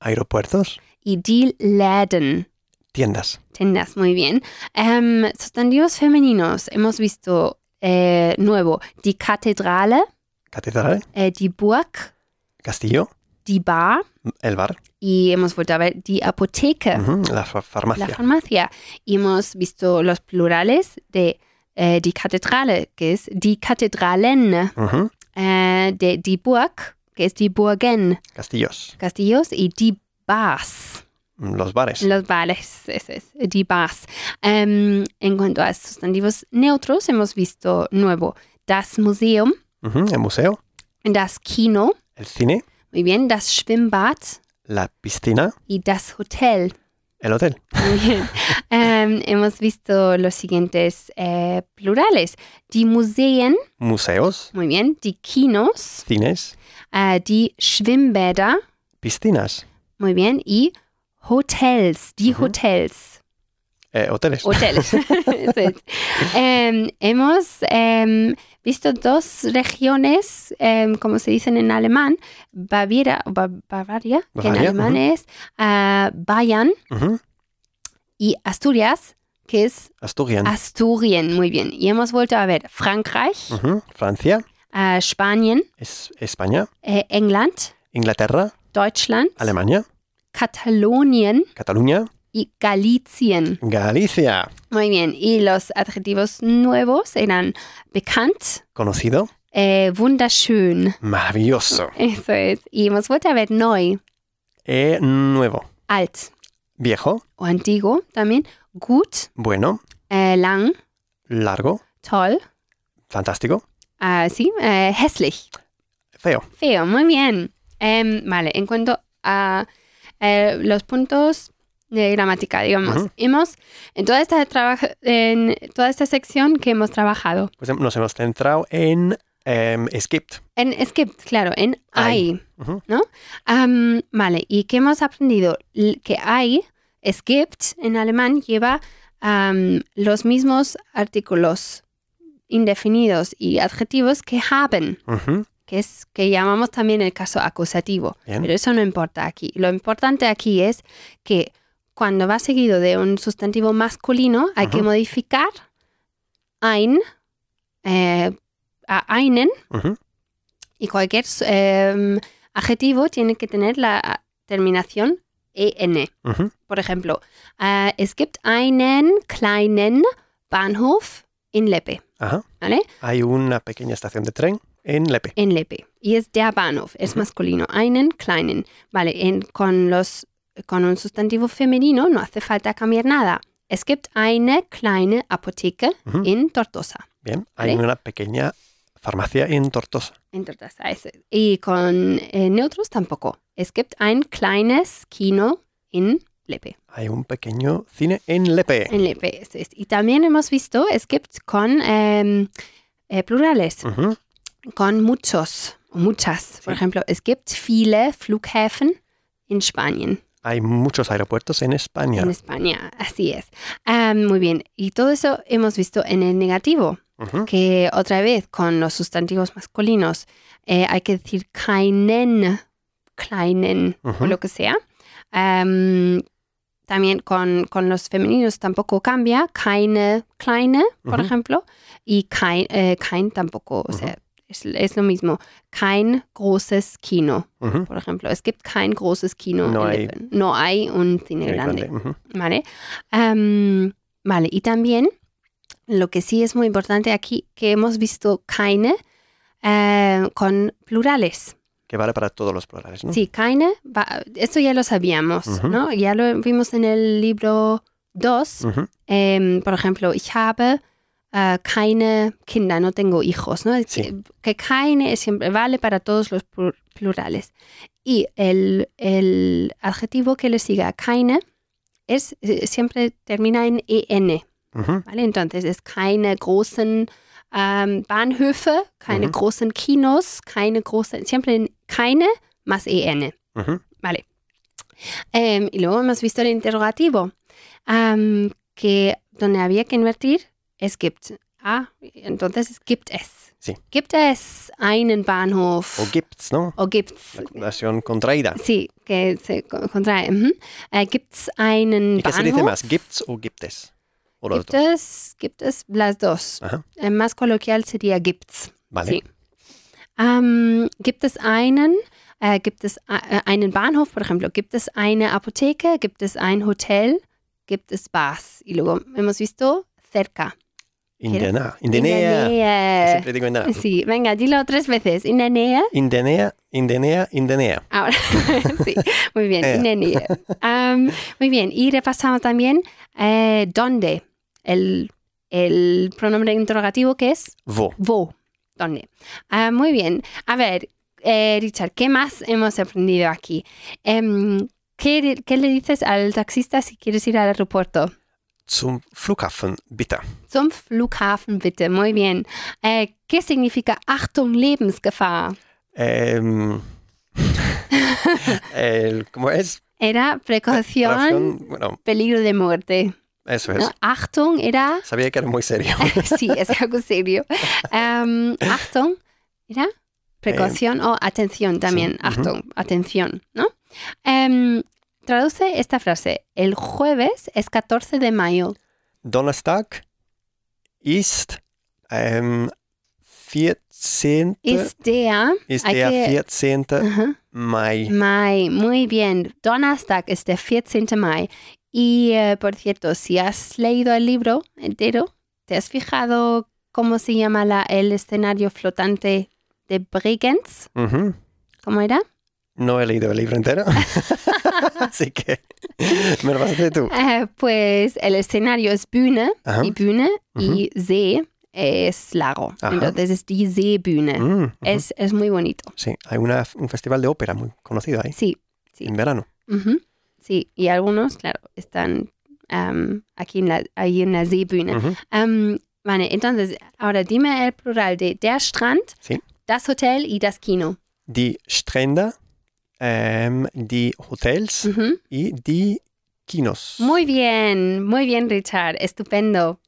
Speaker 2: aeropuertos,
Speaker 1: y die Läden.
Speaker 2: tiendas.
Speaker 1: Tiendas, muy bien. Em, sustantivos femeninos hemos visto eh, nuevo die Kathedrale,
Speaker 2: Catedral,
Speaker 1: eh, die Burg,
Speaker 2: castillo,
Speaker 1: die Bar
Speaker 2: el bar,
Speaker 1: y hemos vuelto a ver die Apotheke.
Speaker 2: ujú, la fa-
Speaker 1: la
Speaker 2: farmacia,
Speaker 1: farmacia. Y hemos visto los plurales de eh, die Kathedrale, que es die Kathedralen,
Speaker 2: ujú,
Speaker 1: eh, de die Burg, que es die Burgen,
Speaker 2: castillos, mm,
Speaker 1: castillos, y die Bars,
Speaker 2: los bares,
Speaker 1: los bares, ese es, die Bars. Em, en cuanto a sustantivos neutros, hemos visto nuevo das Museum,
Speaker 2: ujú, el museo,
Speaker 1: das Kino,
Speaker 2: el cine,
Speaker 1: muy bien, das Schwimmbad
Speaker 2: la piscina,
Speaker 1: y das Hotel.
Speaker 2: el hotel,
Speaker 1: Muy bien. Em, hemos visto los siguientes eh, plurales. Die Museen,
Speaker 2: museos,
Speaker 1: muy bien. Die Kinos,
Speaker 2: cines,
Speaker 1: äh, die Schwimmbäder,
Speaker 2: piscinas,
Speaker 1: muy bien. Y Hotels, die
Speaker 2: Ujú.
Speaker 1: Hotels.
Speaker 2: eh, hoteles.
Speaker 1: Hoteles. Eso es. Em, hemos em, visto dos regiones, em, como se dicen en alemán, Baviera, Ba- Bavaria, que en
Speaker 2: Bavaria,
Speaker 1: alemán es ah, Bayern
Speaker 2: Ujú.
Speaker 1: y Asturias, que es
Speaker 2: Asturien.
Speaker 1: Ah. Asturien, muy bien. Y hemos vuelto a ver Frankreich,
Speaker 2: Ujú. Francia,
Speaker 1: ah, Spanien,
Speaker 2: es España,
Speaker 1: eh, England,
Speaker 2: Inglaterra,
Speaker 1: Deutschland,
Speaker 2: Alemania,
Speaker 1: Catalonien
Speaker 2: Cataluña,
Speaker 1: y Galicien.
Speaker 2: Galicia.
Speaker 1: Muy bien. Y los adjetivos nuevos eran bekannt,
Speaker 2: Conocido,
Speaker 1: eh, wunderschön.
Speaker 2: maravilloso.
Speaker 1: Eso es. Y hemos vuelto a ver neu,
Speaker 2: Eh, nuevo,
Speaker 1: alt
Speaker 2: viejo,
Speaker 1: o antiguo también. Gut,
Speaker 2: bueno,
Speaker 1: eh, lang,
Speaker 2: largo,
Speaker 1: toll.
Speaker 2: fantástico,
Speaker 1: Ah, sí, eh, hässlich,
Speaker 2: feo.
Speaker 1: feo. Muy bien. Em, vale, en cuanto a eh, los puntos de gramática, digamos,
Speaker 2: Ujú.
Speaker 1: hemos, en toda, esta trabaja- en toda esta sección que hemos trabajado,
Speaker 2: Pues nos hemos centrado en em, es gibt.
Speaker 1: en, es que, claro, en
Speaker 2: Hay.
Speaker 1: hay.
Speaker 2: Ujú.
Speaker 1: Am, vale, ¿y qué hemos aprendido? L- que hay, es gibt en alemán, lleva am, los mismos artículos indefinidos y adjetivos que haben,
Speaker 2: Ujú.
Speaker 1: que es que llamamos también el caso acusativo.
Speaker 2: Bien.
Speaker 1: Pero eso no importa aquí. Lo importante aquí es que cuando va seguido de un sustantivo masculino, hay que
Speaker 2: Ujú.
Speaker 1: modificar ein, eh, a einen
Speaker 2: Ujú.
Speaker 1: y cualquier eh, adjetivo tiene que tener la terminación en.
Speaker 2: Ujú.
Speaker 1: Por ejemplo, ah, es gibt einen kleinen Bahnhof in Lepe.
Speaker 2: Ajá.
Speaker 1: ¿Vale?
Speaker 2: Hay una pequeña estación de tren en Lepe.
Speaker 1: En Lepe. Y es der Bahnhof, es
Speaker 2: Ujú.
Speaker 1: masculino. Einen kleinen. Vale, en- con, los, con un sustantivo femenino no hace falta cambiar nada. Es gibt eine kleine Apotheke
Speaker 2: Ujú.
Speaker 1: in Tortosa.
Speaker 2: Bien, hay
Speaker 1: Vale.
Speaker 2: una pequeña farmacia en Tortosa.
Speaker 1: En Tortosa, eso es. Y con eh, neutros tampoco. Es gibt ein kleines Kino in Lepe.
Speaker 2: Hay un pequeño cine en Lepe.
Speaker 1: En Lepe, eso es. Y también hemos visto, es gibt con em, eh, plurales,
Speaker 2: Ujú.
Speaker 1: con muchos o muchas. Por
Speaker 2: Sí.
Speaker 1: ejemplo, es gibt viele Flughäfen en Spanien,
Speaker 2: Hay muchos aeropuertos en España.
Speaker 1: en España, así es. Am, muy bien, y todo eso hemos visto en el negativo,
Speaker 2: Ujú.
Speaker 1: que otra vez con los sustantivos masculinos eh, hay que decir keinen, kleinen
Speaker 2: Ujú.
Speaker 1: o lo que sea. Am, también con, con los femeninos tampoco cambia. Keine, kleine, por
Speaker 2: Ujú.
Speaker 1: ejemplo. Y kein, eh, kein tampoco. O sea, es, es lo mismo. Kein großes Kino,
Speaker 2: Ujú.
Speaker 1: por ejemplo. Es gibt kein großes Kino.
Speaker 2: No
Speaker 1: en
Speaker 2: hay-
Speaker 1: Lippen. no hay un cine
Speaker 2: Muy
Speaker 1: grande.
Speaker 2: grande. Ujú.
Speaker 1: ¿Vale? Am, vale. Y también lo que sí es muy importante aquí, que hemos visto keine eh, con plurales.
Speaker 2: Que vale para todos los plurales, ¿no?
Speaker 1: Sí, keine, va- esto ya lo sabíamos,
Speaker 2: Mm. Ujú.
Speaker 1: ¿no? Ya lo vimos en el libro 2.
Speaker 2: Ujú.
Speaker 1: Em, por ejemplo, ich habe eh, keine Kinder, no tengo hijos, ¿no? Es
Speaker 2: Sí.
Speaker 1: Que, que keine es siempre vale para todos los plu- plurales. Y el, el adjetivo que le siga a keine es, eh, siempre termina en en,
Speaker 2: Ujú.
Speaker 1: ¿vale? Entonces es keine großen ähm, Bahnhöfe, keine
Speaker 2: Ujú.
Speaker 1: großen Kinos, keine großen, siempre en keine eh más en.
Speaker 2: Ujú.
Speaker 1: Em, Ähm, y luego hemos visto el interrogativo, am, que donde había que invertir es gibt. Ah, entonces es gibt es.
Speaker 2: Sí.
Speaker 1: Gibt es einen Bahnhof?
Speaker 2: O gibt's, ¿no?
Speaker 1: O gibt's.
Speaker 2: La conjugación contraída.
Speaker 1: Sí, que se co- contrae. ujú. Eh, gibt's einen
Speaker 2: ¿Y qué se dice
Speaker 1: Bahnhof?
Speaker 2: más? ¿Gibt's o gibtes? O los
Speaker 1: Gibt
Speaker 2: dos.
Speaker 1: es, gibt es las dos.
Speaker 2: Ajá.
Speaker 1: Eh, más coloquial sería gibt's.
Speaker 2: Vale.
Speaker 1: Sí. Ähm, gibt es einen, äh, gibt es a- äh, einen Bahnhof, por ejemplo, gibt es eine Apotheke, gibt es ein Hotel, gibt es Bars. Y luego hemos visto cerca.
Speaker 2: Indena.
Speaker 1: In
Speaker 2: Indenea.
Speaker 1: der Nähe.
Speaker 2: Siempre digo Indena.
Speaker 1: Sí, venga, dilo tres veces. In der Nähe.
Speaker 2: Indenea, Indenea, Indenea.
Speaker 1: Ahora, sí, muy bien,
Speaker 2: Eh.
Speaker 1: in der Nähe. Ähm, muy bien, y repasamos también eh, dónde. El, el pronombre interrogativo que es
Speaker 2: Vo.
Speaker 1: Wo. ¿Dónde? Ah, muy bien. A ver, eh, Richard, ¿qué más hemos aprendido aquí? Em, ¿qué, qué le dices al taxista si quieres ir al aeropuerto?
Speaker 2: Zum Flughafen, bitte.
Speaker 1: Zum Flughafen, bitte. Muy bien. Eh, ¿Qué significa Achtung, Lebensgefahr?
Speaker 2: Em, el- ¿Cómo es?
Speaker 1: Era precaución,
Speaker 2: Relación, Bueno,
Speaker 1: peligro de muerte.
Speaker 2: Eso es.
Speaker 1: ¿no? Achtung era...
Speaker 2: Sabía que era muy serio.
Speaker 1: sí, es algo serio. Em, Achtung era precaución o atención también.
Speaker 2: ujú.
Speaker 1: Achtung, atención, ¿no? Em, traduce esta frase. El jueves es 14 de mayo.
Speaker 2: Donnerstag ist ähm, 14.
Speaker 1: Es der...
Speaker 2: ist
Speaker 1: hay
Speaker 2: der
Speaker 1: que-
Speaker 2: 14.
Speaker 1: Ajá.
Speaker 2: Mai.
Speaker 1: Mai, muy bien. Donnerstag es der 14 de mayo. Y eh, por cierto, si has leído el libro entero, ¿te has fijado cómo se llama la- el escenario flotante de Bregenz?
Speaker 2: Mhm.
Speaker 1: ¿Cómo era?
Speaker 2: No he leído el libro entero. Así que me lo vas a decir tú.
Speaker 1: Eh, pues el escenario es Bühne
Speaker 2: Ajá.
Speaker 1: y Bühne
Speaker 2: Ah. Ujú.
Speaker 1: y See es lago.
Speaker 2: Ajá.
Speaker 1: Entonces es die Seebühne.
Speaker 2: Mm, mhm.
Speaker 1: Es, es muy bonito.
Speaker 2: Sí, hay una, un festival de ópera muy conocido ahí,
Speaker 1: Sí, sí.
Speaker 2: en verano.
Speaker 1: ujú. sí. Y algunos, claro, están am, aquí en la, ahí en la Seebühne.
Speaker 2: Mhm.
Speaker 1: Am, vale, entonces, ahora dime el plural de der Strand,
Speaker 2: Sí.
Speaker 1: das Hotel y das Kino.
Speaker 2: Die Strände, ähm, die Hotels
Speaker 1: Ujú.
Speaker 2: y die Kinos.
Speaker 1: Muy bien, muy bien, Richard. Estupendo.